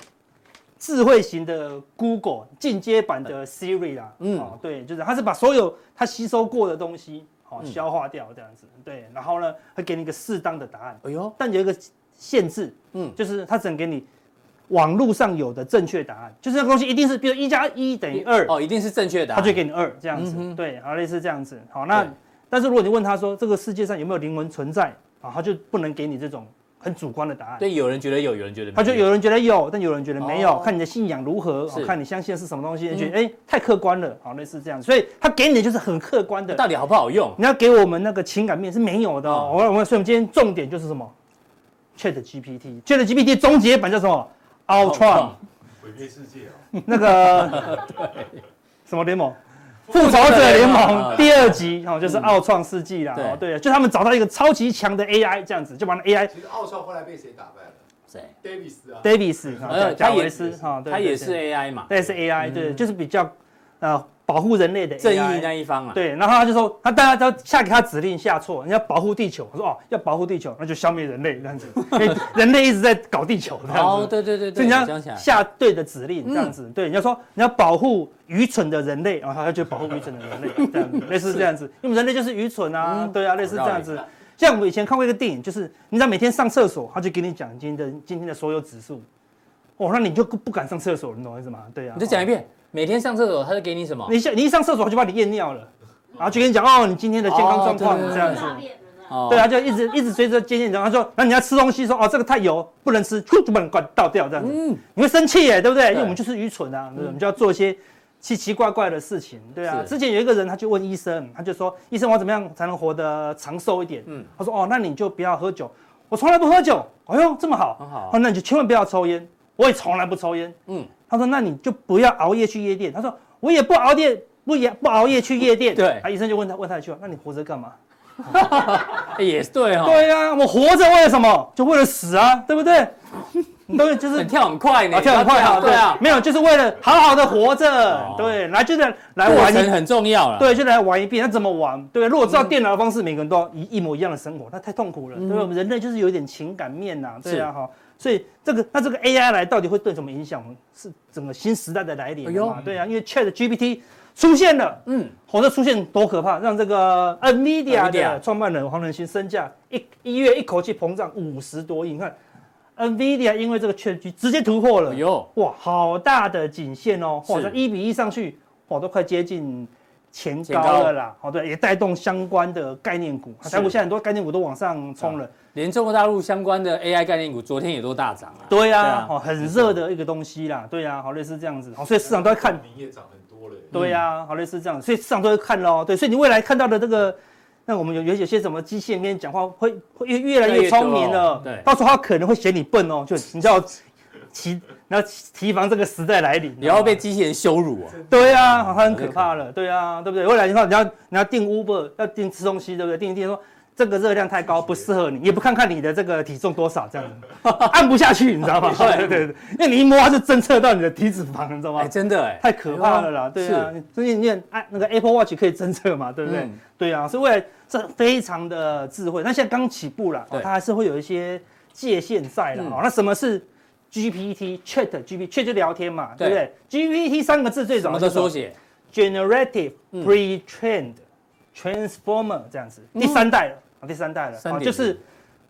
Speaker 1: 智慧型的 Google 进阶版的 Siri 啦，
Speaker 2: 嗯
Speaker 1: 嗯，哦，对，就是它是把所有它吸收过的东西，哦，
Speaker 2: 嗯
Speaker 1: 消化掉这样子，对，然后呢，会给你一个适当的答案，
Speaker 2: 哎呦，
Speaker 1: 但有一个限制，
Speaker 2: 嗯
Speaker 1: 嗯，就是它只能给你网络上有的正确答案，就是那个东西一定是，比如一加一等于二，
Speaker 2: 哦，一定是正确的
Speaker 1: 他
Speaker 2: 啊。
Speaker 1: 就给你二这样子，
Speaker 2: 嗯哼
Speaker 1: 对，好类似这样子。好，那
Speaker 2: 对
Speaker 1: 但是如果你问他说这个世界上有没有灵魂存在啊，他就不能给你这种很主观的答案。
Speaker 2: 对，有人觉得有，有人觉得没
Speaker 1: 他就有人觉得有，但有人觉得没有，
Speaker 2: 哦
Speaker 1: 看你的信仰如何，
Speaker 2: 是
Speaker 1: 哦
Speaker 2: 嗯
Speaker 1: 看你相信的是什么东西，你觉得哎、太客观了，好类似这样，所以他给你的就是很客观的。
Speaker 2: 到底好不好用？
Speaker 1: 你要给我们那个情感面是没
Speaker 2: 嗯
Speaker 1: 有的、哦。我、我们所以我们今天重点就是什么？Chat GPT，Chat GPT 终结版叫什么？Ultra
Speaker 5: 毁灭世界哦！
Speaker 1: 那 个什么联盟？复仇
Speaker 2: 者
Speaker 1: 者
Speaker 2: 联
Speaker 1: 联
Speaker 2: 盟嗯
Speaker 1: 盟第二集哦，就是奥创世纪啦。
Speaker 2: 对
Speaker 1: 哦，对，就他们找到一个超级强的 AI，这样子就把那 AI
Speaker 5: 其实奥创后来被谁打败了
Speaker 2: 谁？
Speaker 5: ？Davis 啊，
Speaker 1: Davis
Speaker 2: 呃
Speaker 1: 啊，
Speaker 2: 他
Speaker 1: 贾
Speaker 2: 也
Speaker 1: 维斯哈，对
Speaker 2: 他也
Speaker 1: 对
Speaker 2: 是
Speaker 1: 对
Speaker 2: AI 嘛？
Speaker 1: 那是 AI，对，就是比较呃保护人类的
Speaker 2: 嗯正义
Speaker 1: AI
Speaker 2: 那一方啊，，
Speaker 1: 对，然后他就说，他大家都下给他指令下错，你要保护地球。我说哦，要保护地球，那就消灭人类这样子， 因为人类一直在搞地球这样
Speaker 2: 哦，
Speaker 1: 子。
Speaker 2: 对对对
Speaker 1: 所
Speaker 2: 对，
Speaker 1: 以你
Speaker 2: 我想起
Speaker 1: 要
Speaker 2: 来，嗯
Speaker 1: 下对的指令，这样子，对，你要说你要保护愚蠢的人类，然哦后他就保护愚蠢的 人类，这样子，类似这样子，因为我们人类就是愚蠢啊，
Speaker 2: 嗯
Speaker 1: 对啊，类似这样子。像我们以前看过一个电影，就是你知道每天上厕所，他就给你讲今天的今天的所有指数，哦，那你就不敢上厕所，你懂我意思吗？对啊，
Speaker 2: 你再讲一遍，每天上厕所他就给你什么？
Speaker 1: 你下你一上厕所他就把你验尿了，然后就跟你讲哦，你今天的健康状况
Speaker 2: 哦对对对
Speaker 1: 这样子。
Speaker 4: 大便了是吧？
Speaker 2: 哦
Speaker 1: 对，啊，就一直一直随着接近，然后他说，那你要吃东西说哦，这个太油，不能吃，就把你灌倒掉这样子，
Speaker 2: 嗯，
Speaker 1: 你会生气耶，对不对？因为
Speaker 2: 对嗯
Speaker 1: 我们就是愚蠢啊，对不对我们就要做一些奇奇怪怪的事情，对啊。
Speaker 2: 是
Speaker 1: 之前有一个人他就问医生，他就说，医生我怎么样才能活得长寿一点？
Speaker 2: 嗯
Speaker 1: 他说哦，那你就不要喝酒，我从来不喝酒，哎呦这么好，
Speaker 2: 很好啊
Speaker 1: 哦，那你就千万不要抽烟，我也从来不抽烟，
Speaker 2: 嗯
Speaker 1: 嗯，他说那你就不要熬夜去夜店，他说我也不熬夜，不也不熬夜去夜店，
Speaker 2: 对
Speaker 1: 啊，医生就问他问他一句话，那你活着干嘛？
Speaker 2: 哎也是对哈，
Speaker 1: 对啊呀、我活着为了什么？就为了死啊，对不对？ 你都就是
Speaker 2: 很跳很快呢，
Speaker 1: 啊，跳很快啊，
Speaker 2: 对
Speaker 1: 对
Speaker 2: 啊
Speaker 1: 啊，，没有，就是为了好好的活
Speaker 2: 哦
Speaker 1: 着，对，来就是来
Speaker 2: 过
Speaker 1: 玩
Speaker 2: 程
Speaker 1: 一，
Speaker 2: 很重要啊了，
Speaker 1: 对，就来玩一遍，那怎么玩？对，啊如果知道电脑的方式，每个人都要一一模一样的生活，那太痛苦了，对不对？我们人类就是有一点情感面呐，对啊，哈，所以这个那这个 AI 来到底会对什么影响？是整个新时代的来
Speaker 2: 哎
Speaker 1: 临
Speaker 2: 呦
Speaker 1: 嘛？对啊，因为 Chat GPT 出现了。
Speaker 2: 嗯，
Speaker 1: 火这出现多可怕，让这个 NVIDIA
Speaker 2: NVIDIA
Speaker 1: 的创办人黄仁勋身价一一月一口气膨胀五十多亿。你看，NVIDIA 因为这个券居直接突破了
Speaker 2: 哎，呦，
Speaker 1: 哇，好大的颈线哦，哇，
Speaker 2: 是
Speaker 1: 这一比一上去，哇，都快接近前
Speaker 2: 前高
Speaker 1: 高了啦。好，对，也带动相关的概念股，啊
Speaker 2: 是
Speaker 1: 台股现在很多概念股都往上冲了。
Speaker 2: 连中国大陆相关的 AI 概念股昨天也都大涨了，
Speaker 1: 对
Speaker 2: 对
Speaker 1: 呀
Speaker 2: 啊，
Speaker 1: 哦，很热的一个东西啦，对啊呀，好，类似这样子，哦好，所以市场都在看
Speaker 5: 明夜涨很多了耶。
Speaker 1: 对呀、好类似这样，所以市场都会看咯。对，所以你未来看到的这个，那我们有有有些什么机器人跟你讲话，会会越越来
Speaker 2: 越来
Speaker 1: 越
Speaker 2: 越多
Speaker 1: 聪明了。
Speaker 2: 对
Speaker 1: 到时候他可能会嫌你笨哦，就你知道，提然后提防这个时代来临，
Speaker 2: 你要被机器人羞辱啊，
Speaker 1: 对呀、好，它很可怕了，对啊，对不对？未来你说你要你要订 Uber，要订吃东西，对不对？订一订说。这个热量太高，不适合你，也不看看你的这个体重多少，这样子按不下去，你知道吗？对
Speaker 2: 对
Speaker 1: 对对，因为你一摸它就侦测到你的体脂肪，你知道吗
Speaker 2: 哎，？真的哎，
Speaker 1: 太可怕了啦，对啊
Speaker 2: 是，
Speaker 1: 最近你很哎那个 Apple Watch 可以侦测嘛，对不对？
Speaker 2: 嗯
Speaker 1: 对啊，所以未来这非常的智慧。那现在刚起步啦，哦
Speaker 2: 对
Speaker 1: 它还是会有一些界限在啦。
Speaker 2: 嗯
Speaker 1: 哦，那什么是 GPT Chat GPT Chat 就聊天嘛，
Speaker 2: 对
Speaker 1: 对不对？GPT 三个字最
Speaker 2: 什
Speaker 1: 早
Speaker 2: 么
Speaker 1: 就
Speaker 2: 的
Speaker 1: 是
Speaker 2: 缩写，
Speaker 1: Generative
Speaker 2: 嗯
Speaker 1: Pre-trained Transformer 这样子，第三代了，啊第三代了，
Speaker 2: 三
Speaker 1: 啊
Speaker 2: 点零嗯
Speaker 1: 就是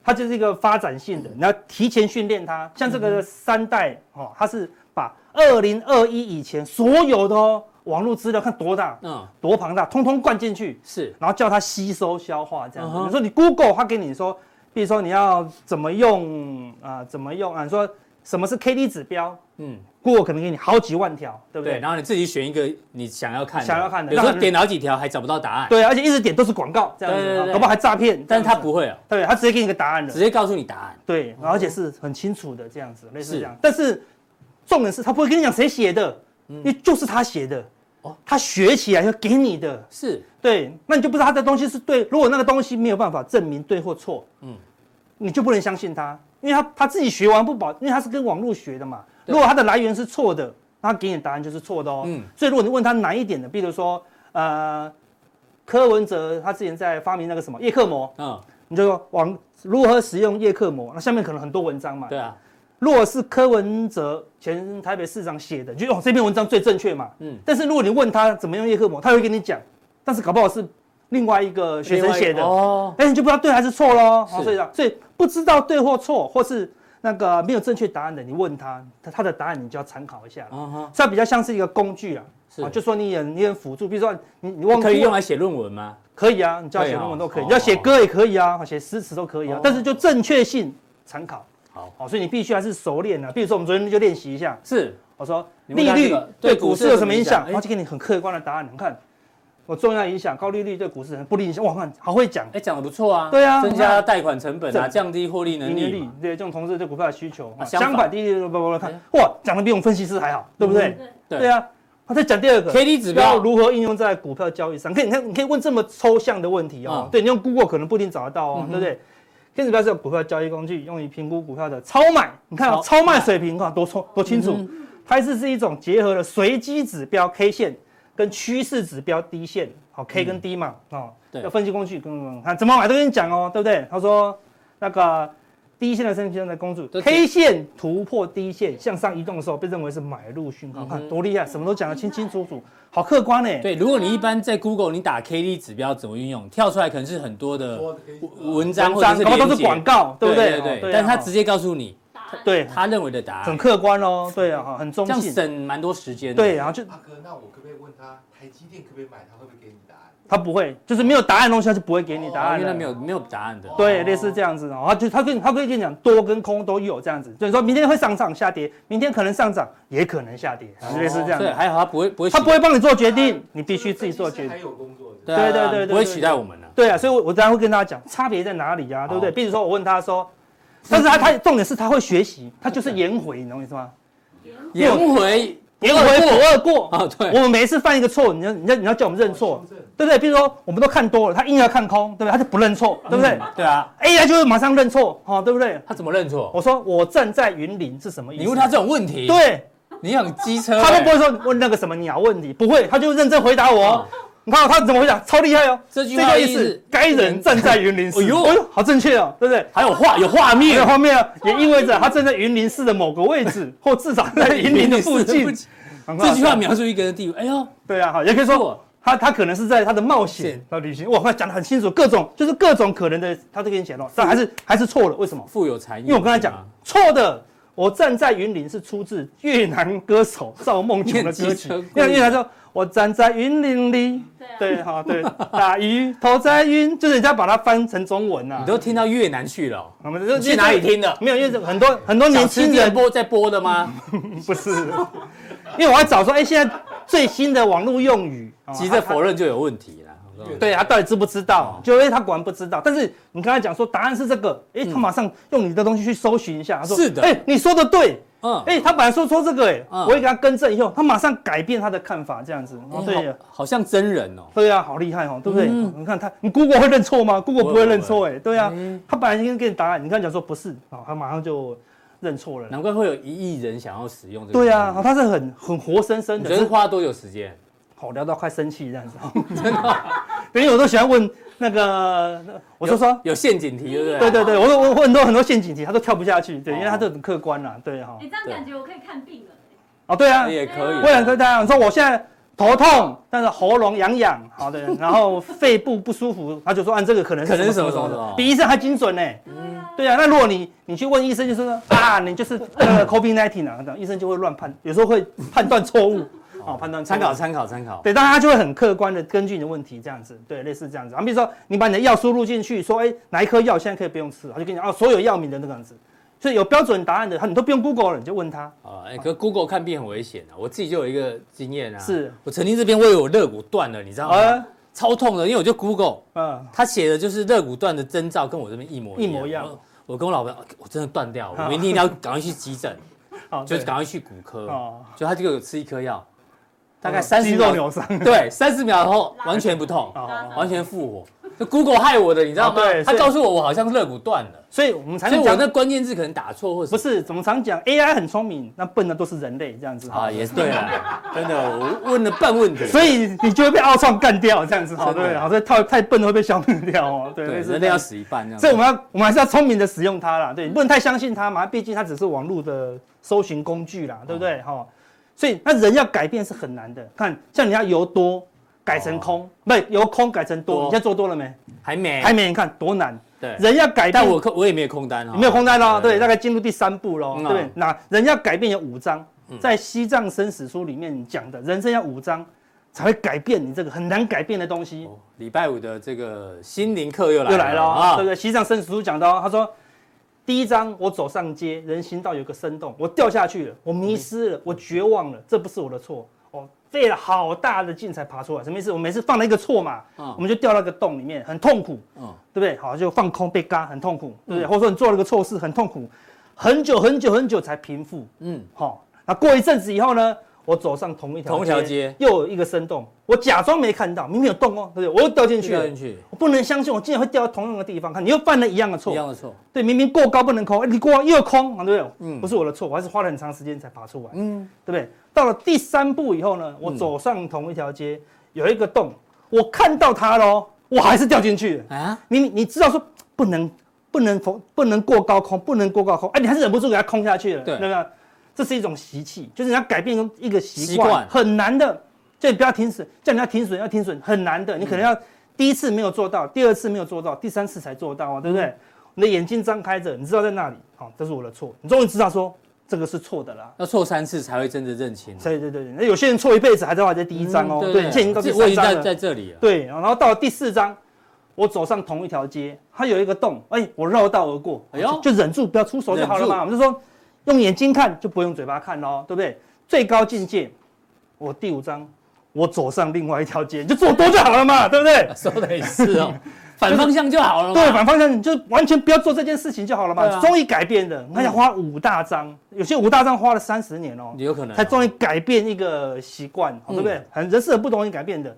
Speaker 1: 它就是一个发展性的，你要提前训练它。像这个三代哦，它是把二零二一以前所有的哦网络资料看多大、
Speaker 2: 嗯，
Speaker 1: 多庞大，通通灌进去，
Speaker 2: 是
Speaker 1: 然后叫它吸收消化这样
Speaker 2: 嗯
Speaker 1: 子。
Speaker 2: 哼
Speaker 1: 你说你 Google，它给你说，比如说你要怎么用啊、怎么用啊？你说什么是 K D 指标
Speaker 2: 嗯，
Speaker 1: ？Google 可能给你好几万条，对不
Speaker 2: 对，
Speaker 1: 对？
Speaker 2: 然后你自己选一个你想要看的，
Speaker 1: 想要看的
Speaker 2: 有时候
Speaker 1: 那很
Speaker 2: 点好几条还找不到答案，
Speaker 1: 对，而且一直点都是广告这样
Speaker 2: 对对对
Speaker 1: 子，
Speaker 2: 对
Speaker 1: 搞不好还诈骗。
Speaker 2: 但是
Speaker 1: 这样
Speaker 2: 他
Speaker 1: 子
Speaker 2: 不会啊，
Speaker 1: 对，他直接给你个答案了
Speaker 2: 直。接告诉你答案，
Speaker 1: 对，然后而且是很清楚的这样子，类似
Speaker 2: 是嗯
Speaker 1: 这样。但是重点是他不会跟你讲谁写的，因为就是他写的。
Speaker 2: 哦
Speaker 1: 哦，他学起来要给你的，
Speaker 2: 是
Speaker 1: 对，那你就不知道他的东西是对。如果那个东西没有办法证明对或错，
Speaker 2: 嗯
Speaker 1: 嗯，你就不能相信他，因为他他自己学完不保，因为他是跟网络学的嘛。
Speaker 2: 对
Speaker 1: 如果他的来源是错的，那他给你的答案就是错的哦。
Speaker 2: 嗯
Speaker 1: 所以如果你问他难一点的，比如说呃，柯文哲他之前在发明那个什么叶克膜，
Speaker 2: 嗯，
Speaker 1: 你就说网如何使用叶克膜，那下面可能很多文章嘛。
Speaker 2: 对啊，
Speaker 1: 如果是柯文哲前台北市长写的，你就哦这篇文章最正确嘛。
Speaker 2: 嗯
Speaker 1: 嗯，但是如果你问他怎么用叶克膜，他会跟你讲，但是搞不好是另外一个学生写的，
Speaker 2: 哦，
Speaker 1: 哎、你就不知道对还是错喽。
Speaker 2: 是
Speaker 1: 好所以啊所以不知道对或错，或是那个没有正确答案的，你问他，他他的答案你就要参考一下。
Speaker 2: 嗯哼，
Speaker 1: 所以它比较像是一个工具啊，
Speaker 2: 是
Speaker 1: 啊就说你也你也辅助，比如说你你忘
Speaker 2: 可以
Speaker 1: 记
Speaker 2: 用来写论文吗？
Speaker 1: 可以啊，你叫
Speaker 2: 可以
Speaker 1: 写
Speaker 2: 啊
Speaker 1: 论文都可以，
Speaker 2: 哦
Speaker 1: 你要写歌也可以啊，写诗词都可以啊
Speaker 2: 哦，
Speaker 1: 但是就正确性参考。
Speaker 2: 好，
Speaker 1: 哦，所以你必须还是熟练啊。比如说我们昨天就练习一下，
Speaker 2: 是
Speaker 1: 我说
Speaker 2: 你问
Speaker 1: 利
Speaker 2: 他这
Speaker 1: 率
Speaker 2: 个对
Speaker 1: 对
Speaker 2: 股
Speaker 1: 股
Speaker 2: 市
Speaker 1: 市
Speaker 2: 有
Speaker 1: 有
Speaker 2: 什
Speaker 1: 什
Speaker 2: 么
Speaker 1: 么影
Speaker 2: 影响
Speaker 1: 响，
Speaker 2: 哎
Speaker 1: 他就给你很客观的答案。你看，我重要影响高利率对股市很不利影响，哇，看好会讲
Speaker 2: 哎，讲的不错啊，
Speaker 1: 对啊
Speaker 2: 增加贷款成本啊，
Speaker 1: 这
Speaker 2: 降低获利能
Speaker 1: 盈利
Speaker 2: 力
Speaker 1: 率
Speaker 2: 嘛，，
Speaker 1: 对这种同志对股票的需求
Speaker 2: 啊。相反
Speaker 1: 相反，第一不不不
Speaker 2: 哎嗯
Speaker 1: 看，哇，讲的比我们分析师还好，对不对？
Speaker 4: 对，
Speaker 2: 对
Speaker 1: 对啊，他再讲第二个。
Speaker 2: ，K D 指
Speaker 1: 要
Speaker 2: 标，
Speaker 1: 如何应用在股票交易上？可以，你看，你可以问这么抽象的问题哦。
Speaker 2: 嗯
Speaker 1: 对你用 Google 可能不一定找得到哦，
Speaker 2: 嗯哼
Speaker 1: 对不对？天使标是有股票交易工具，用于评估股票的超卖。你看、哦、
Speaker 2: 嗯
Speaker 1: 超卖水平，看多抽多清楚。它是是一种结合了随机指标 K 线、跟趋势指标低线，好 K 跟 D 嘛，哦，
Speaker 2: 嗯对
Speaker 1: 要分析工具跟我们看怎么买都跟你讲哦，对不对？他说那个低线的升息的工具
Speaker 2: 都
Speaker 1: ，K 线突破低线向上移动的时候，被认为是买入讯号，
Speaker 2: 嗯
Speaker 1: 看
Speaker 2: 哼
Speaker 1: 多厉害，什么都讲得清清楚楚，好客观欸呢。
Speaker 2: 对，如果你一般在 Google 你打 K D 指标怎么运用，跳出来可能是很多的
Speaker 5: 多的可以
Speaker 2: 文文章
Speaker 1: 文
Speaker 2: 或者
Speaker 1: 章，
Speaker 2: 是
Speaker 1: 搞不好都
Speaker 2: 连
Speaker 1: 是
Speaker 2: 结
Speaker 1: 广告，对不对？
Speaker 2: 对
Speaker 1: 哦
Speaker 2: 对
Speaker 1: 啊
Speaker 2: 对，但他直接告诉你
Speaker 4: 答案
Speaker 1: 对
Speaker 2: 他认为的答
Speaker 1: 很
Speaker 2: 案，
Speaker 1: 客观哦，对啊，哈很中
Speaker 2: 这样
Speaker 1: 性，
Speaker 2: 省蛮多时间的。
Speaker 1: 对，啊然后就
Speaker 5: 大哥，那我可不可以问他，台积电可不可以买？他会不会给你答案？
Speaker 1: 他不会，就是没有答案的东西，他就不会给你答
Speaker 2: 哦，
Speaker 1: 案了。
Speaker 2: 因为他没有没有答案的。
Speaker 1: 对，类似这样子，然后就他跟他会跟你讲多跟空都有这样子，就是说明天会上涨下跌，明天可能上涨也可能下跌，就类似这样
Speaker 2: 哦对，啊
Speaker 1: 子。
Speaker 2: 还好他不会不会取，
Speaker 1: 他不会帮你做决定，你必须自己做决
Speaker 5: 还
Speaker 1: 定。
Speaker 5: 有工作
Speaker 2: 对
Speaker 5: 的，
Speaker 2: 啊
Speaker 1: 对对对对
Speaker 2: 不会
Speaker 1: 对
Speaker 2: 取代我们的。
Speaker 1: 对啊，所以我我当然会跟大家讲差别在哪里啊，对不对？
Speaker 2: 好
Speaker 1: 比如说我问他说，但是他他重点是他会学习，他就是颜回，你懂我意思吗？
Speaker 2: 颜回
Speaker 1: 颜回不二过，
Speaker 2: 啊，对
Speaker 1: 我，们每一次犯一个错，你要你要你要叫我们认错，
Speaker 5: 修正
Speaker 1: 对不对？比如说我们都看多了，他硬要看空，对不对？他就不认错，对不对
Speaker 2: 嗯对啊，
Speaker 1: ？AI 就会马上认错，哦，对不对？
Speaker 2: 他怎么认错？
Speaker 1: 我说我站在云林是什么意思？
Speaker 2: 你问他这种问题，，
Speaker 1: 对，
Speaker 2: 你很机车欸，
Speaker 1: 他都不会说问那个什么鸟问题，不会，他就认真回答我哦。你看他怎么回答，超厉害哦。
Speaker 2: 这句话
Speaker 1: 这
Speaker 2: 的
Speaker 1: 就
Speaker 2: 意思，
Speaker 1: 该人站在云林市。
Speaker 2: 哎
Speaker 1: 哎
Speaker 2: 呦
Speaker 1: 呦，好正确哦，对不对？
Speaker 2: 还有画有画
Speaker 1: 这个
Speaker 2: 面，
Speaker 1: 后面啊也意味着他站在云林市的某个位 置，
Speaker 2: 哦
Speaker 1: 或至少在云林的附近。很快
Speaker 2: 这句话描述一个人的地位。哎呦，
Speaker 1: 对啊，好，也可以说他他可能是在他的冒险
Speaker 2: 是、
Speaker 1: 他旅行，哇，他讲的很清楚，各种就是各种可能的，他都给你写了，但还是还是错了，为什么？
Speaker 2: 富有才艺，啊
Speaker 1: 因为我跟他
Speaker 2: 嗯
Speaker 1: 讲错的，我站在云林是出自越南歌手赵梦琼的歌曲
Speaker 2: 念机车，
Speaker 1: 因为因为他说我站在云林里，
Speaker 4: 对啊，
Speaker 1: 对哈对，打鱼头在云，就是人家把它翻成中文
Speaker 2: 你
Speaker 1: 啊。
Speaker 2: 都听到越南去了哦，
Speaker 1: 我们就
Speaker 2: 去哪里？听的？
Speaker 1: 没有，因为这很多很多
Speaker 2: 小
Speaker 1: 年
Speaker 2: 吃
Speaker 1: 轻
Speaker 2: 店
Speaker 1: 人
Speaker 2: 播在播 的吗？
Speaker 1: 不是，因为我要找说，哎，现在最新的网络用语，哦
Speaker 2: 急
Speaker 1: 他
Speaker 2: 着否认就有问题了。我告诉你
Speaker 1: 对他啊到底知不知道？就因为他果然不知道，但是你跟他讲说答案是这个，哎，他马上用你的东西去搜寻一下，他说
Speaker 2: 是的
Speaker 1: 哎，你说的对，
Speaker 2: 嗯，
Speaker 1: 哎，他本来说说这个，哎，
Speaker 2: 嗯
Speaker 1: 我也给他更正以后，他马上改变他的看法，这样子，
Speaker 2: 哎
Speaker 1: 哦对
Speaker 2: 好好像真人哦。
Speaker 1: 对啊，好厉害哦，对不对？
Speaker 2: 嗯
Speaker 1: 你看他，你 Google 会认错吗？Google
Speaker 2: 不
Speaker 1: 不
Speaker 2: 会
Speaker 1: 会认错，哎，对啊
Speaker 2: 哎，
Speaker 1: 他本来应该给你答案，你跟他讲说不是，哦，他马上就认错了。
Speaker 2: 难怪会有一亿人想要使用这个。
Speaker 1: 对啊，哦，他是很很活生生
Speaker 2: 你
Speaker 1: 的，
Speaker 2: 昨
Speaker 1: 只是
Speaker 2: 天花多久时间？
Speaker 1: 好聊到快生气这样子，真 的。等于我都喜欢问那个，我就说
Speaker 2: 有陷阱题，对不对？
Speaker 1: 对对对，我说我我很多很多陷阱题，他都跳不下去，对，
Speaker 2: 哦
Speaker 1: 因为他都很客观啦，对哈
Speaker 4: 哎，。这样感觉我可以看病了。哎
Speaker 1: 哦，对啊
Speaker 2: 那，也可以。
Speaker 1: 我想跟大家讲说，我现在头痛，但是喉咙痒痒，好 的，然后肺部不舒服，他就说按啊这个可能
Speaker 2: 可能是
Speaker 1: 什么
Speaker 2: 什
Speaker 1: 什
Speaker 2: 么
Speaker 1: 么
Speaker 2: 什么哦什么
Speaker 1: 比医生还精准呢。
Speaker 4: 对啊，
Speaker 1: 对啊，那如果你你去问医生，就是说啊，你就是呃 COVID 19啊，医生就会乱判，有时候会判断错误，哦，判断错
Speaker 2: 参
Speaker 1: 误
Speaker 2: 考参考参考。
Speaker 1: 对，但他就会很客观的根据你的问题这样子，对，类似这样子。啊，比如说你把你的药输入进去，说，哎，哪一颗药现在可以不用吃了，他就跟你讲，哦，所有药名的那个样子。所以有标准答案的，他你都不用 Google 了，你就问他。
Speaker 2: 啊，哎，可 Google 看病很危险啊，我自己就有一个经验啊。
Speaker 1: 是，
Speaker 2: 我曾经这边为我肋骨断了，你知道吗？
Speaker 1: 呃，
Speaker 2: 超痛的，因为我就 Google，
Speaker 1: 嗯，
Speaker 2: 他写的就是肋骨断的征兆跟我这边一模
Speaker 1: 一模一样
Speaker 2: 我我跟我老婆，啊我真的断掉，我
Speaker 1: 好
Speaker 2: 明天一定要赶快去急诊，
Speaker 1: 好，
Speaker 2: 就
Speaker 1: 对
Speaker 2: 赶快去骨科。
Speaker 1: 哦，
Speaker 2: 就他就给我吃一颗药，大概
Speaker 1: 哦
Speaker 2: 三
Speaker 1: 肌
Speaker 2: 十
Speaker 1: 肉
Speaker 2: 秒，
Speaker 1: 扭伤，
Speaker 2: 对，三十秒后完全不痛，
Speaker 1: 哦，
Speaker 2: 完全复活。就 Google 害我的，你知道吗
Speaker 1: 哦对？
Speaker 2: 他
Speaker 1: 所以
Speaker 2: 告诉我我好像肋骨断了，
Speaker 1: 所以我们常
Speaker 2: 所以
Speaker 1: 常
Speaker 2: 我
Speaker 1: 讲
Speaker 2: 那，关键字可能打错或者
Speaker 1: 不是，我们常讲 AI 很聪明，那笨的都是人类这样子
Speaker 2: 啊，也是对啊，真的，我问了半问题。
Speaker 1: 所以你就会被奥创干掉这样子，好
Speaker 2: 真的
Speaker 1: 对，好，所以太太笨的会被消灭掉哦，对，
Speaker 2: 啊对，
Speaker 1: 类似
Speaker 2: 人
Speaker 1: 这
Speaker 2: 类
Speaker 1: 样
Speaker 2: 要
Speaker 1: 子
Speaker 2: 死一半这样。
Speaker 1: 啊所以我们要，我们还是要聪明的使用它啦，对，你不能太相信它嘛，毕竟它只是网络的搜寻工具
Speaker 2: 嗯
Speaker 1: 啦，对不对？哈、所以那人要改变是很难的。看，像你要由多改成空，不是由空改成多，
Speaker 2: 哦多
Speaker 1: 你现在做多了没？
Speaker 2: 还没，
Speaker 1: 还没，你看多难。
Speaker 2: 对。
Speaker 1: 人要改变，
Speaker 2: 但我空我也没有空单啊，
Speaker 1: 你没有空单喽，
Speaker 2: 对
Speaker 1: 对，大概进入第三步喽，
Speaker 2: 嗯
Speaker 1: 对不
Speaker 2: 啊
Speaker 1: 对？那人要改变有五章，在西藏生死书里面讲的，人生要五章才会改变你这个很难改变的东西。
Speaker 2: 哦礼拜五的这个心灵课又来啊
Speaker 1: 又来了、哦，对不
Speaker 2: 对？
Speaker 1: 对？西藏生死书讲的哦，他说，第一章我走上街，人行道有个深洞，我掉下去了，我迷失了，我绝望了，这不是我的错，哦，费了好大的劲才爬出来，什么意思？我每次犯了一个错嘛，
Speaker 2: 嗯
Speaker 1: 我们就掉到一个洞里面，很痛苦，
Speaker 2: 嗯
Speaker 1: 对不对？好，就放空被嘎，很痛苦，对不对？或者说你做了个错事，很痛苦，很久很久很久才平复，
Speaker 2: 嗯，
Speaker 1: 好、那过一阵子以后呢，我走上同一条
Speaker 2: 同一条街
Speaker 1: 又有一个深洞，我假装没看到，明明有洞哦，对不对？我又掉进去
Speaker 2: 掉
Speaker 1: 了，
Speaker 2: 进去，
Speaker 1: 我不能相信我竟然会掉到同样的地方，看你又犯了一样的错
Speaker 2: 一，样的错，
Speaker 1: 对，明明过高不能空，哎你过高又空，啊对不对？
Speaker 2: 嗯
Speaker 1: 不是我的错，我还是花了很长时间才爬出来，
Speaker 2: 嗯，
Speaker 1: 对不对？到了第三步以后呢，我
Speaker 2: 嗯
Speaker 1: 走上同一条街，有一个洞，我看到它喽，我还是掉进去了。
Speaker 2: 啊，
Speaker 1: 明明你知道说不能不能逢不能过高空，不能过高空，哎、你还是忍不住给它空下去了，
Speaker 2: 对
Speaker 1: 不对？这是一种习气，就是你要改变一个习
Speaker 2: 习
Speaker 1: 惯，
Speaker 2: 惯
Speaker 1: 很难的。叫你不要停损，叫你要停损，要停损很难的。
Speaker 2: 嗯
Speaker 1: 你可能要第一次没有做到，第二次没有做到，第三次才做到啊，对不对？
Speaker 2: 嗯
Speaker 1: 你的眼睛张开着，你知道在那里，好、这是我的错，你终于知道说这个是错的啦。
Speaker 2: 要错三次才会真的认清。
Speaker 1: 所以对对对，那有些人错一辈子还在还在第一章
Speaker 2: 嗯
Speaker 1: 哦，对，你现在已经到第
Speaker 2: 这我已
Speaker 1: 三章
Speaker 2: 经在
Speaker 1: 了。
Speaker 2: 在这里了，
Speaker 1: 对，然后到了第四章，我走上同一条街，它有一个洞，哎、我绕道而过，
Speaker 2: 哎呦
Speaker 1: 就就忍住不要出手就好了嘛。我们就说用眼睛看，就不用嘴巴看喽，对不对？最高境界，我第五章，我走上另外一条街，你就做多就好了嘛，对不对？
Speaker 2: 说的也是 哦，反方向就好了嘛。
Speaker 1: 对，反方向你就完全不要做这件事情就好了嘛。
Speaker 2: 对啊
Speaker 1: 终于改变了，那要花五大章，有些五大章花了三十年哦，
Speaker 2: 有可能哦
Speaker 1: 才终于改变一个习惯，
Speaker 2: 嗯
Speaker 1: 好对不对？很人是很不容易改变的，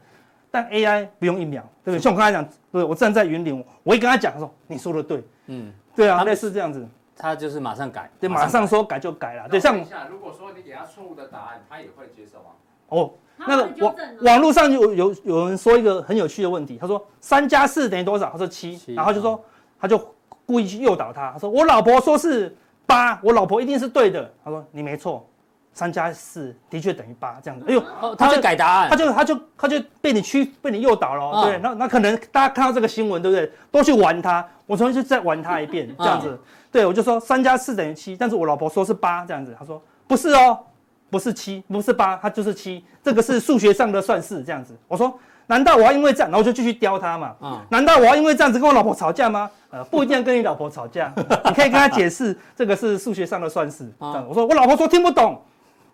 Speaker 1: 但 AI 不用一秒，对不对？像我刚才讲，对我站在云顶，我一跟他讲，他说你说的对，
Speaker 2: 嗯，
Speaker 1: 对啊，
Speaker 2: 他们
Speaker 1: 类似这样子，
Speaker 2: 他就是马上改，
Speaker 1: 对，马上说改就改了，对，像
Speaker 6: 一下，如果说你给他错误的答案，他也会接受吗？
Speaker 1: 哦，那
Speaker 4: 他
Speaker 1: 个
Speaker 4: 会纠
Speaker 1: 网
Speaker 4: 正了。
Speaker 1: 网络上有有有人说一个很有趣的问题，他说三加四等于多少？他说七
Speaker 2: 七，
Speaker 1: 然后就说他就故意去诱导他，他说我老婆说是八，我老婆一定是对的。他说你没错，三加四的确等于八，这样子。哎呦，
Speaker 2: 哦，他会改答
Speaker 1: 他
Speaker 2: 案，
Speaker 1: 就他就他就被你驱被你诱导了哦，
Speaker 2: 嗯
Speaker 1: 对，那那可能大家看到这个新闻，对不对？都去玩他，我重新去再玩他一遍，这样子。对，我就说三加四等于七，但是我老婆说是八，这样子。他说不是哦，不是七，不是八，它就是七，这个是数学上的算式，这样子。我说难道我要因为这样，然后我就继续刁他嘛？
Speaker 2: 啊，
Speaker 1: 难道我要因为这样子跟我老婆吵架吗？ 呃，不一定要跟你老婆吵架，你可以跟她解释这个是数学上的算式。这
Speaker 2: 啊
Speaker 1: 样，我说我老婆说听不懂，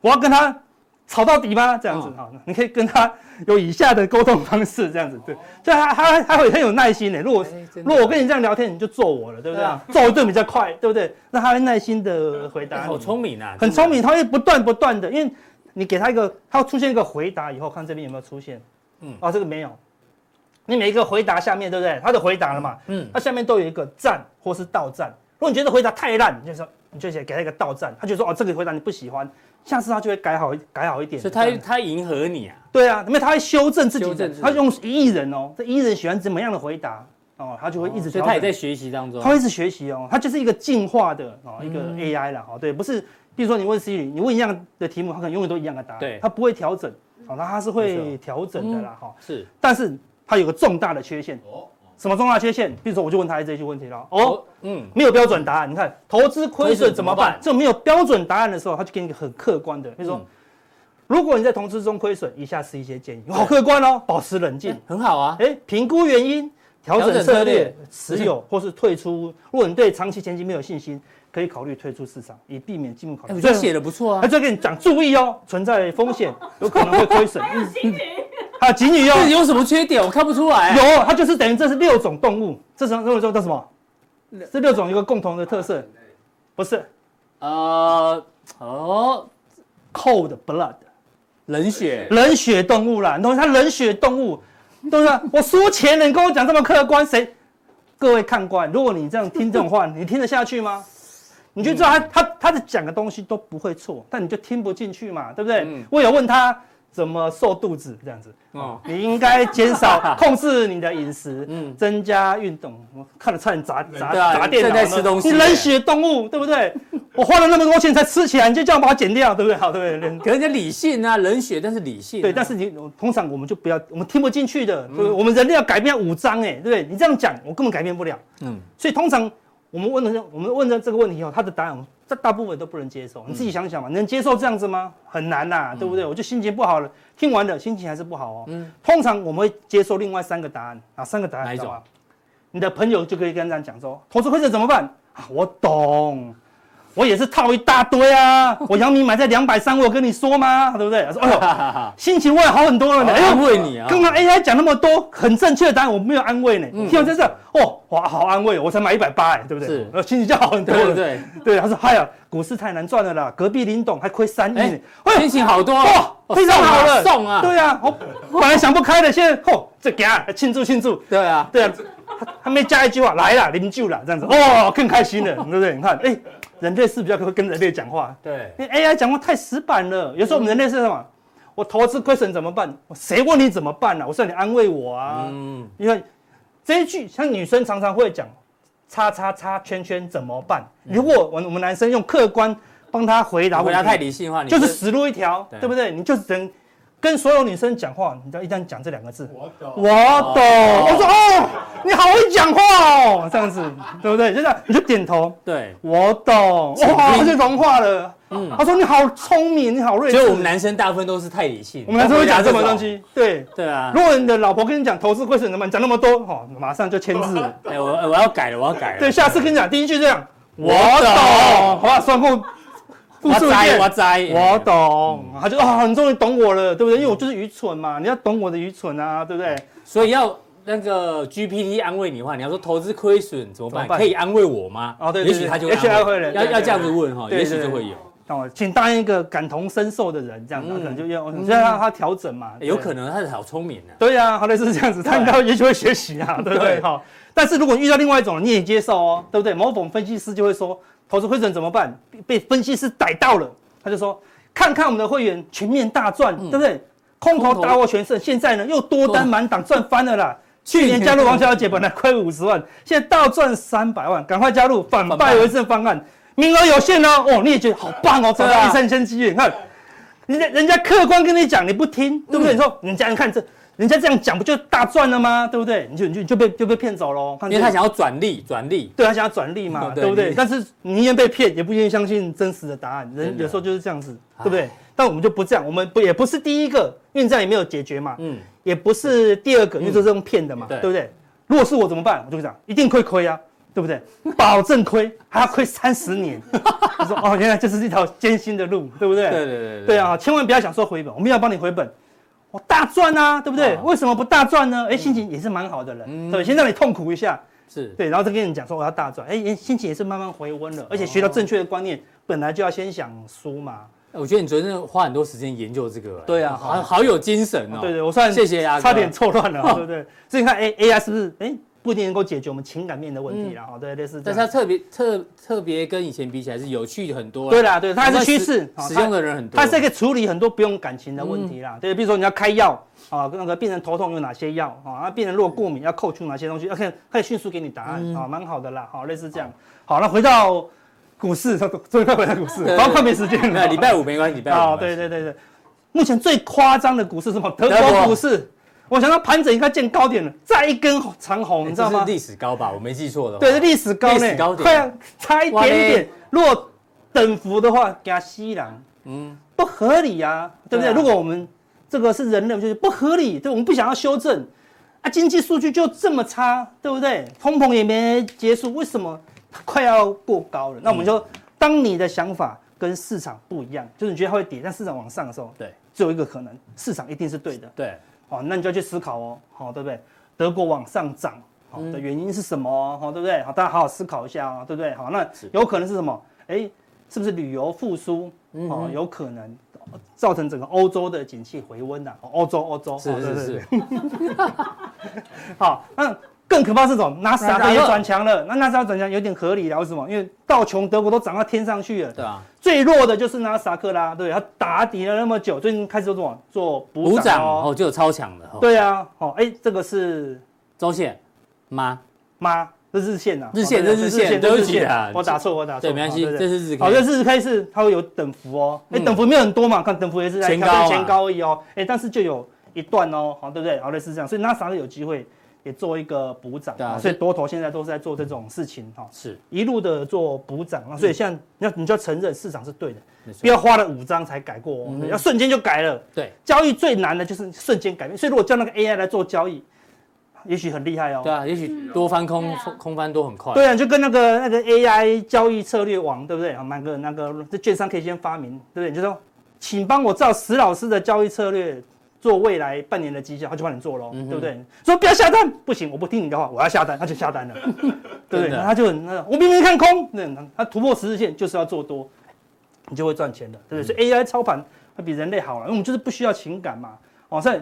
Speaker 1: 我要跟她吵到底吗？这样子
Speaker 2: 啊
Speaker 1: 哈，你可以跟她有以下的沟通方式，这样子对，就她她她会很有耐心的。欸如果
Speaker 2: 哎真的
Speaker 1: 如果我跟你这样聊天，你就揍我了，对不对
Speaker 2: 对啊？
Speaker 1: 揍一顿比较快，对不对？那她会耐心的回答
Speaker 2: 哎
Speaker 1: 你，
Speaker 2: 好聪明啊，
Speaker 1: 很聪明，他会不断不断的，因为你给他一个，他出现一个回答以后，看这边有没有出现，
Speaker 2: 嗯
Speaker 1: 嗯，哦，这个没有，你每一个回答下面对不对？他的回答了嘛，
Speaker 2: 真的，嗯，
Speaker 1: 它下面都有一个赞或是到赞。如果你觉得回答太烂，你就说你就写给他一个到赞，他就说哦这个回答你不喜欢，下次他就会改好一改好一点。
Speaker 2: 所
Speaker 1: 这
Speaker 2: 以他
Speaker 1: 样
Speaker 2: 他迎合你啊，
Speaker 1: 对啊，因为他会修正自己
Speaker 2: 修
Speaker 1: 的
Speaker 2: 正自己，
Speaker 1: 他用一亿人哦，这一亿人喜欢怎么样的回答哦，他就会一直
Speaker 2: 所
Speaker 1: 调
Speaker 2: 以
Speaker 1: 整。
Speaker 2: 他也在学习当中
Speaker 1: 它，会是学习哦，它就是一个进化的哦，一个
Speaker 2: 啊嗯
Speaker 1: AI 啦，哦，对，不是，比如说你问 Siri，你问一样的题目，它可能永远都一样的答案，
Speaker 2: 对
Speaker 1: 它不会调整，哦，那它是
Speaker 2: 没
Speaker 1: 会调整的啦，哈、哦
Speaker 2: 是
Speaker 1: 但是它有个重大的缺陷，
Speaker 5: 哦，
Speaker 1: 什么重大缺陷？比如说我就问他这些问题了，哦，，
Speaker 2: 嗯，
Speaker 1: 没有标准答案，你看投资亏
Speaker 2: 亏损
Speaker 1: 损怎么
Speaker 2: 怎么
Speaker 1: 办
Speaker 2: 办？
Speaker 1: 这种没有标准答案的时候，他就给你一个很客观的，比如说。
Speaker 2: 嗯
Speaker 1: 如果你在投资中亏损，以下是一些建议，好客观哦，保持冷静
Speaker 2: 哎，很好啊，
Speaker 1: 哎，评估原因，调
Speaker 2: 调整
Speaker 1: 整
Speaker 2: 策
Speaker 1: 策
Speaker 2: 略嗯
Speaker 1: 略，持有或是退出。如果你对长期前景没有信心，可以考虑退出市场，以避免进入考
Speaker 2: 哎，
Speaker 1: 虑。
Speaker 2: 我觉得写的不错
Speaker 1: 他
Speaker 2: 啊，
Speaker 1: 就跟你讲，注意哦，存在风险，有可能会亏 损。
Speaker 4: 还有情侣，
Speaker 1: 还有警语
Speaker 2: 这
Speaker 1: 哦，
Speaker 2: 有什么缺点？我看不出来啊，
Speaker 1: 有，它就是等于这是六种动物，这种动物叫什么？这六种有一个共同的特色，不是
Speaker 2: 呃，哦，
Speaker 1: cold blood，
Speaker 2: 冷血，
Speaker 1: 冷血动物啦，你懂吗？它冷血动物，懂吗？我输钱了，你跟我讲这么客观，谁？各位看官，如果你这样听这种 话，你听得下去吗？你就知道他、
Speaker 2: 嗯
Speaker 1: 他他的讲的东西都不会错，但你就听不进去嘛，对不对？
Speaker 2: 嗯
Speaker 1: 我有问他怎么瘦肚子这样子，
Speaker 2: 哦，
Speaker 1: 你应该减 少控制你的饮食，
Speaker 2: 嗯
Speaker 1: 增加运动。我看了差点砸砸
Speaker 2: 对啊
Speaker 1: 砸电脑，
Speaker 2: 正在吃东西
Speaker 1: 你冷血动物，对不对？我花了那么多钱才吃起来，你就这样把它剪掉，对不对？好，对不对？人
Speaker 2: 可人家理性啊，冷血，但是理性啊，
Speaker 1: 对，但是你通常我们就不要，我们听不进去的，
Speaker 2: 嗯
Speaker 1: 对不对？我们人类要改变五章，哎，对不对？你这样讲，我根本改变不了。
Speaker 2: 嗯，
Speaker 1: 所以通常我们问的这，我们问的这个问题以后，他的答案，我们大大部分都不能
Speaker 2: 嗯
Speaker 1: 接受。你自己想想嘛，能接受这样子吗？很难呐、对不对？我就心情不好了，听完了心情还是不好哦。
Speaker 2: 嗯
Speaker 1: 通常我们会接受另外三个答案，哪三个答案？
Speaker 2: 哪一
Speaker 1: 你知道
Speaker 2: 种
Speaker 1: 吗？啊你的朋友就可以跟他讲说，投资亏损怎么办？啊，我懂。我也是套一大堆啊，我阳明买在两百三，我有跟你说吗？ 对不对？他说，哎呦，心情我也好很多了呢。
Speaker 2: 我
Speaker 1: 哎呦
Speaker 2: 安慰你啊，
Speaker 1: 刚刚 AI 讲那么多很正确的答案，我没有安慰呢。
Speaker 2: 嗯
Speaker 1: 听完这次，哦，哇，好安慰哦，我才买一百八哎，对不对？
Speaker 2: 是
Speaker 1: 呃，心情就好很多
Speaker 2: 对
Speaker 1: 了。
Speaker 2: 对对，
Speaker 1: 对他说，哎呀，股市太难赚了啦，隔壁林董还亏三亿呢哎
Speaker 2: 哎。心
Speaker 1: 呦，
Speaker 2: 情好多了
Speaker 1: 哇，
Speaker 2: 哦
Speaker 1: 非常好了
Speaker 2: 送啊，送啊
Speaker 1: 对啊，我我本来想不开的，现在嚯，这给啊，庆祝庆祝。
Speaker 2: 对啊，
Speaker 1: 对啊，他他没加一句话，来啦，邻居啦，这样子，哦，更开心了，对不对？你看，哎，人类是比较会跟人类讲话，
Speaker 2: 对，
Speaker 1: 因为 AI 讲话太死板了。有时候我们人类是什么？我投资亏损怎么办？我谁问你怎么办呢、啊？我说你安慰我啊。
Speaker 2: 嗯，
Speaker 1: 你看这一句，像女生常常会讲“叉叉叉圈圈怎么办”。如果我们我们男生用客观帮他回答
Speaker 2: 你
Speaker 1: 问题，
Speaker 2: 嗯回答太理性化，你
Speaker 1: 就是死路一条，
Speaker 2: 对
Speaker 1: 对不对？你就只能跟所有女生讲话，你只要一旦讲这两个字，
Speaker 5: 我懂。
Speaker 1: 我懂。我说哦，你好会讲话哦，这样子，对不对？就这样，你就点头。
Speaker 2: 对，
Speaker 1: 我懂，
Speaker 2: 聪明
Speaker 1: 哇，他就融化了。
Speaker 2: 嗯
Speaker 1: 他说你好聪明，你 好睿智。
Speaker 2: 所以我们男生大部分都是太理性，
Speaker 1: 我们男生会讲这种东，西。对，
Speaker 2: 对啊，
Speaker 1: 如果你的老婆跟你讲投资亏损怎么办，讲那么多，哦，马上就签字了。
Speaker 2: 哎，我我要改了，我要改 了，
Speaker 1: 对，下次跟你讲第一句这样，
Speaker 2: 我
Speaker 1: 我
Speaker 2: 懂
Speaker 1: 懂，好吧，算过复
Speaker 2: 我
Speaker 1: 述一
Speaker 2: 栽，
Speaker 1: 遍
Speaker 2: 我。栽，
Speaker 1: 我懂，他就啊，你终于懂我了，对不对？因为我就是愚蠢嘛，你要懂我的愚蠢啊，对不对？
Speaker 2: 所以要那个 GPT 安慰你的话，你要说投资亏损怎么
Speaker 1: 怎
Speaker 2: 办？
Speaker 1: 么办
Speaker 2: 可以安慰我吗？
Speaker 1: 哦对对
Speaker 2: 也
Speaker 1: 对
Speaker 2: 许他就
Speaker 1: 也许安慰了
Speaker 2: 要
Speaker 1: 对对
Speaker 2: 要这样子问哈，
Speaker 1: 对
Speaker 2: 也
Speaker 1: 对
Speaker 2: 许就会有，
Speaker 1: 哦，请答应一个感同身受的人，这样子他
Speaker 2: 嗯
Speaker 1: 可能就要，你就要让他调整嘛，
Speaker 2: 哎有可
Speaker 1: 能。
Speaker 2: 能他是好聪明呢。
Speaker 1: 对呀、啊，好类似这样子，他应该也许会学习啊，对不对？
Speaker 2: 对
Speaker 1: 好，但是如果遇到另外一种，你也接受哦，对不对？某种分析师就会说，投资亏损怎么办？被被分析师逮到了，他就说，看看我们的会员全面大赚，
Speaker 2: 嗯
Speaker 1: 对不对？空
Speaker 2: 空
Speaker 1: 头
Speaker 2: 头
Speaker 1: 大获全胜，现在呢又多单
Speaker 2: 哇
Speaker 1: 满档赚翻了啦。去年加入王小姐本来亏五十万，现在倒赚三百万，赶快加入反败为胜方案，名额有限哦。哦，你也觉得好棒哦，找
Speaker 2: 对啊
Speaker 1: 到一三千机缘，你看人家人家客观跟你讲，你不
Speaker 2: 嗯
Speaker 1: 听，对不对？你说人家你看这，人家这样讲不就大赚了吗？对不对？你就你就你就被就被骗走喽。因
Speaker 2: 因为他想要转利，转利，
Speaker 1: 对他想要转利嘛，
Speaker 2: 对
Speaker 1: 对不对
Speaker 2: 你？
Speaker 1: 但是你宁愿被骗，也不愿意相信真实的答案。人
Speaker 2: 真的
Speaker 1: 有时候就是这样子，对不对？但我们就不这样，我们不也不是第一个，因为这样也没有解决嘛，
Speaker 2: 嗯，
Speaker 1: 也不是第二个，因为就是用骗的嘛，
Speaker 2: 对
Speaker 1: 对不对？如果是我怎么办？我就讲一定会亏啊，对不对？保证亏，还要亏三十 年。他说哦，原来这是一条艰辛的路，对不
Speaker 2: 对对对
Speaker 1: 对，啊，千万不要想说回本，我们要帮你回本。我大赚啊，对不对？
Speaker 2: 啊
Speaker 1: 为什么不大赚呢？哎，心情也是蛮好的了，
Speaker 2: 嗯
Speaker 1: 对，先让你痛苦一下，
Speaker 2: 是，
Speaker 1: 对，然后再跟你讲说我要大赚，哎，心情也是慢慢回温
Speaker 2: 哦
Speaker 1: 了，而且学到正确的观念，本来就要先想输嘛。
Speaker 2: 我觉得你昨天花很多时间研究这个，哎
Speaker 1: 对啊
Speaker 2: 好好有精神哦。
Speaker 1: 对对，我算
Speaker 2: 谢谢牙哥哦
Speaker 1: 差点错乱了，对不对？所以你看，哎，AI 是不是哎不一定能够解决我们情感面的问题啦？哦，对，类似这
Speaker 2: 嗯但是它
Speaker 1: 样。
Speaker 2: 特别特特别跟以前比起来是有趣很多。啊
Speaker 1: 对，啦，对，它还是趋势，哦
Speaker 2: 使
Speaker 1: 它
Speaker 2: 用的人很多。
Speaker 1: 它是可以处理很多不用感情的问题啦，
Speaker 2: 嗯
Speaker 1: 对，比如说你要开药啊，那个病人头痛有哪些药啊，那病人如果过敏要扣除哪些东西，要看可以迅速给你答案、
Speaker 2: 嗯
Speaker 1: 啊，蛮好的啦，好、类似这样。好，那回到股市，终于快回到股市
Speaker 2: 对，对
Speaker 1: 好，快没时间
Speaker 2: 没有
Speaker 1: 了。
Speaker 2: 礼拜五没关系，礼拜五没
Speaker 1: 啊、
Speaker 2: 关系
Speaker 1: 对对对对，目前最夸张的股市是什么？德
Speaker 2: 德国
Speaker 1: 国股市，我想到盘整应该见高点了，再一根长红，
Speaker 2: 哎
Speaker 1: 你知道
Speaker 2: 这
Speaker 1: 吗
Speaker 2: 是？历史高吧？我没记错的话。
Speaker 1: 对，是历史高
Speaker 2: 历
Speaker 1: 呢，
Speaker 2: 史高点
Speaker 1: 快要差一
Speaker 2: 哇
Speaker 1: 点点
Speaker 2: 嘞。
Speaker 1: 如果等幅的话，给它吸狼，
Speaker 2: 嗯
Speaker 1: 嗯，不合理啊，对不对？
Speaker 2: 对啊
Speaker 1: 如果我们这个是人类，就是不合理，对，我们不想要修正啊，经济数据就这么差，对不对？通膨也没结束，为什么它快要过高了？那我
Speaker 2: 嗯
Speaker 1: 们就当你的想法跟市场不一样，就是你觉得它会跌，但市场往上的时候，
Speaker 2: 对
Speaker 1: 只有一个可能，市场一定是对的。
Speaker 2: 对，
Speaker 1: 哦，那你就要去思考哦，好、对不对？德国往上涨，好、
Speaker 2: 嗯
Speaker 1: 的原因是什么哦？好、对不对？好，大家好好思考一下哦，对不对？好，那有可能是什么？哎，是不是旅游复苏？
Speaker 2: 嗯
Speaker 1: 哦，有可能造成整个欧洲的景气回温呐、哦欧洲，欧洲，
Speaker 2: 是
Speaker 1: 哦对
Speaker 2: 是
Speaker 1: 对
Speaker 2: 是，
Speaker 1: 好，那更可怕是什么？纳斯达克也
Speaker 2: NASDAQ
Speaker 1: 转强了，那纳斯达克转强有点合理了，为什么？因为道琼德国都涨到天上去了，
Speaker 2: 对啊，
Speaker 1: 最弱的就是纳斯达克啦，对，它打底了那么久，最近开始做什么？做补
Speaker 2: 补涨
Speaker 1: 涨哦
Speaker 2: 哦，就有超强的哦。
Speaker 1: 对啊，哦，哎，这个是
Speaker 2: 周线妈，
Speaker 1: 妈，这日线呐、啊，
Speaker 2: 日线
Speaker 1: 哦对
Speaker 2: 这
Speaker 1: 对
Speaker 2: 日线
Speaker 1: 这
Speaker 2: 对不起啊
Speaker 1: 我打错，我打错，
Speaker 2: 对，没关系，
Speaker 1: 哦
Speaker 2: 这是日 K，
Speaker 1: 好，这日 K 是它会有等幅哦，哎、
Speaker 2: 嗯
Speaker 1: 等幅没有很多嘛，看等幅也是在
Speaker 2: 前高
Speaker 1: 调整
Speaker 2: 啊
Speaker 1: 前高而已哦，哎、但是就有一段哦，好，对不对？好，类似这样，所以 NASA 有机会也做一个补涨、
Speaker 2: 对啊
Speaker 1: 哦所以多头现在都是在做这种事情哈、哦，
Speaker 2: 是
Speaker 1: 一路的做补涨，那所以现在你要你就要承认市场是对的
Speaker 2: 嗯没错，
Speaker 1: 不要花了五张才改过哦，
Speaker 2: 嗯
Speaker 1: 对要瞬间就改了。
Speaker 2: 对，
Speaker 1: 交易最难的就是瞬间改变，所以如果叫那个 AI 来做交易，也许很厉害哦。
Speaker 2: 对啊，也许多翻空、
Speaker 4: 对啊
Speaker 2: 空翻多很快。
Speaker 1: 对啊，就跟那个那个 AI 交易策略网，对不对？啊，蛮个那个这券商可以先发明，对不对？你就说，请帮我照石老师的交易策略做未来半年的绩效，他就帮你做喽，
Speaker 2: 嗯哼
Speaker 1: 对不对？说不要下单，不行，我不听你的话，我要下单，他就下 单了，对不对？啊
Speaker 2: 真的
Speaker 1: 那他就很那我明明看空，那他突破十日线就是要做多，你就会赚钱的，对不对？所
Speaker 2: 嗯
Speaker 1: 以 AI 操盘会比人类好了，因为我们就是不需要情感嘛，哦，所以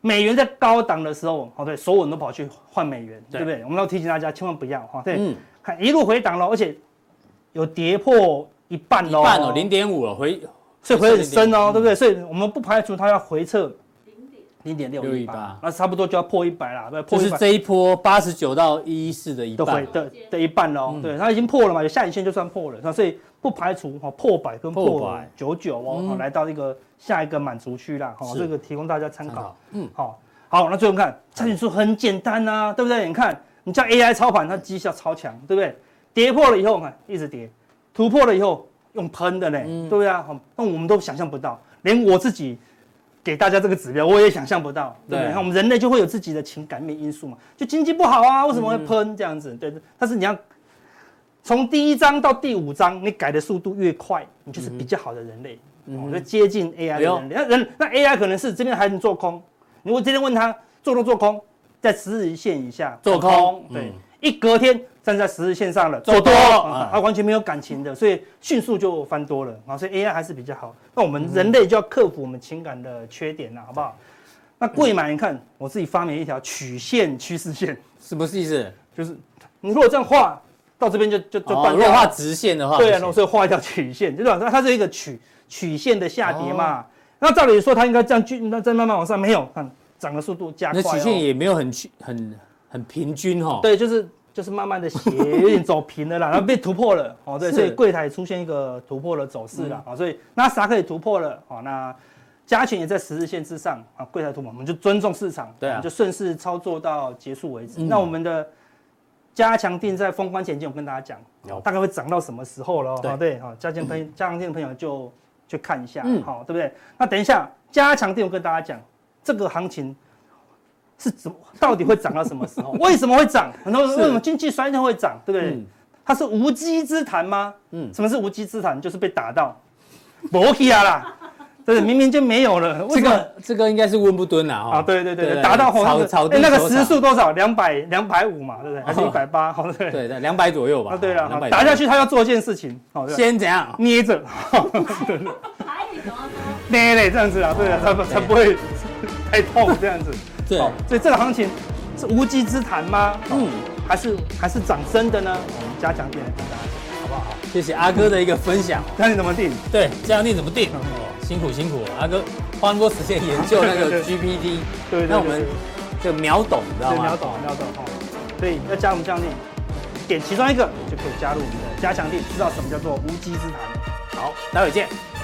Speaker 1: 美元在高档的时候，哦对，所有人都跑去换美元，
Speaker 2: 对
Speaker 1: 对不对？我们要提醒大家，千万不要哈，对，
Speaker 2: 嗯，
Speaker 1: 看一路回档喽，而且有跌破一半
Speaker 2: 一
Speaker 1: 喽，
Speaker 2: 半哦，零点五了，回
Speaker 1: 所以回很深哦，
Speaker 2: 0.5
Speaker 1: 对不对？所以我们不排除它要回撤
Speaker 4: 零
Speaker 1: 零点
Speaker 4: 点
Speaker 1: 六一
Speaker 2: 618
Speaker 1: 八，那差不多就要破一百啦，对
Speaker 2: 就
Speaker 1: 破
Speaker 2: 是
Speaker 1: 一百
Speaker 2: 这一波八十九到一一四的一
Speaker 1: 都回
Speaker 2: 半，哦
Speaker 1: 的的一半喽
Speaker 2: 嗯。
Speaker 1: 对，它已经破了嘛，有下影线就算破了，那所以不排除哈破百跟
Speaker 2: 破
Speaker 1: 破
Speaker 2: 百
Speaker 1: 九九哦，
Speaker 2: 嗯
Speaker 1: 哦来到一个下一个满足区啦，哈，
Speaker 2: 是
Speaker 1: 这个提供大家参
Speaker 2: 参
Speaker 1: 考
Speaker 2: 考。。嗯，
Speaker 1: 好，好，那最后看参与数很简单呐、对不对？你看，你叫 AI 操盘，它绩效超强，对不对？跌破了以后，看一直跌，突破了以后用喷的嘞，
Speaker 2: 嗯
Speaker 1: 对不对啊？好那我们都想象不到，连我自己给大家这个指标，我也想象不到，对不
Speaker 2: 对
Speaker 1: 对？你看我们人类就会有自己的情感面因素嘛，就经济不好啊，为什么
Speaker 2: 嗯
Speaker 1: 会喷这样子？对，但是你要。从第一章到第五章，你改的速度越快，你就是比较好的人类，
Speaker 2: 嗯
Speaker 1: 我
Speaker 2: 哼
Speaker 1: 就接近 AI
Speaker 2: 哎
Speaker 1: 的
Speaker 2: 呦
Speaker 1: 人类。那人那 AI 可能是这边还能做空，如果今天问他做多做空，在十日线以下
Speaker 2: 做空
Speaker 1: 对
Speaker 2: 嗯，
Speaker 1: 一隔天站在十日线上了，
Speaker 2: 做多
Speaker 1: 啊
Speaker 2: 嗯
Speaker 1: 它完全没有感情的，所以迅速就翻多了啊，所以 AI 还是比较好。那我们
Speaker 2: 嗯
Speaker 1: 人类就要克服我们情感的缺点了，啊好不好？那贵买，你看我自己发明一条曲线趋势线，
Speaker 2: 什么意思？
Speaker 1: 就是你如果这样画到这边就就就
Speaker 2: 哦
Speaker 1: 断
Speaker 2: 如果
Speaker 1: 掉了
Speaker 2: 画直线的话，
Speaker 1: 对啊，
Speaker 2: 不行
Speaker 1: 所以画一条曲线，就是它它是一个曲曲线的下跌
Speaker 2: 哦
Speaker 1: 嘛。那照理说它应该这样均，那再慢慢往上，没有，看涨的速度加快、
Speaker 2: 那
Speaker 1: 哦。
Speaker 2: 曲线也没有很曲很很平均哦哈。，
Speaker 1: 对，就是就是慢慢的斜，有点走平了啦，然后被突破了，哦，对，
Speaker 2: 是嗯
Speaker 1: 所以柜台出现一个突破的走势了，哦，所以纳斯达克也突破了，哦，那加权也在十日线之上啊，柜台突破，我们就尊重市场，
Speaker 2: 对
Speaker 1: 我
Speaker 2: 啊
Speaker 1: 们就顺势操作到结束为止。
Speaker 2: 嗯
Speaker 1: 那我们的加强定在封关前就有跟大家讲，
Speaker 2: 有
Speaker 1: 哦大概会涨到什么时候了，
Speaker 2: 对
Speaker 1: 哦，对，哦，加 强朋加强定的朋友就去看一下，
Speaker 2: 嗯
Speaker 1: 好，对不对？那等一下加强定我跟大家讲这个行情。是怎么到底会涨到什么时 候？为什么会涨？很多人
Speaker 2: 是
Speaker 1: 说为什么经济衰退会涨，对不对？
Speaker 2: 嗯
Speaker 1: 它是无稽之谈吗？
Speaker 2: 嗯，
Speaker 1: 什么是无稽之谈？就是被打到， 没去啊啦，对，明明就没有了，为
Speaker 2: 这
Speaker 1: 什么？
Speaker 2: 个这个应该是温布敦哦啦哈。
Speaker 1: 啊，对对对对，达到红哎
Speaker 2: 草草地
Speaker 1: 那个
Speaker 2: 球
Speaker 1: 时
Speaker 2: 场
Speaker 1: 速多少？两百两百五嘛，对不对？还是
Speaker 2: 哦
Speaker 1: 一百八？好，对。
Speaker 2: 对对两百左右吧。
Speaker 1: 啊，对了，
Speaker 2: 200
Speaker 1: 好打下
Speaker 2: 左
Speaker 1: 去嗯他要做一件事情，好，
Speaker 2: 右。
Speaker 1: 对吧
Speaker 2: 先怎样？
Speaker 1: 捏 着，
Speaker 4: 台语怎么说？
Speaker 1: 捏嘞这样子啊，对啊，才不才不会太痛这样子。
Speaker 2: 哦 对，
Speaker 1: 好所以这个行情是无稽之谈吗？
Speaker 2: 嗯
Speaker 1: 嗯，还是还是涨升的呢？我们加强点来跟大家讲，
Speaker 2: 谢谢阿哥的一个分享。
Speaker 1: 那你怎么定？
Speaker 2: 对，这样定怎么
Speaker 1: 嗯
Speaker 2: 定？哦，辛苦辛苦，阿哥花那么多时间研究那个
Speaker 1: 对
Speaker 2: GPT，
Speaker 1: 对对对
Speaker 2: 那我们啊就秒懂，你知道
Speaker 1: 对，
Speaker 2: 吗？
Speaker 1: 秒懂，秒懂哦。所以要加我们加强定，点其中一个就可以加入我们的加强定，知道什么叫做无稽之谈。
Speaker 2: 好，待会见。
Speaker 1: 拜拜。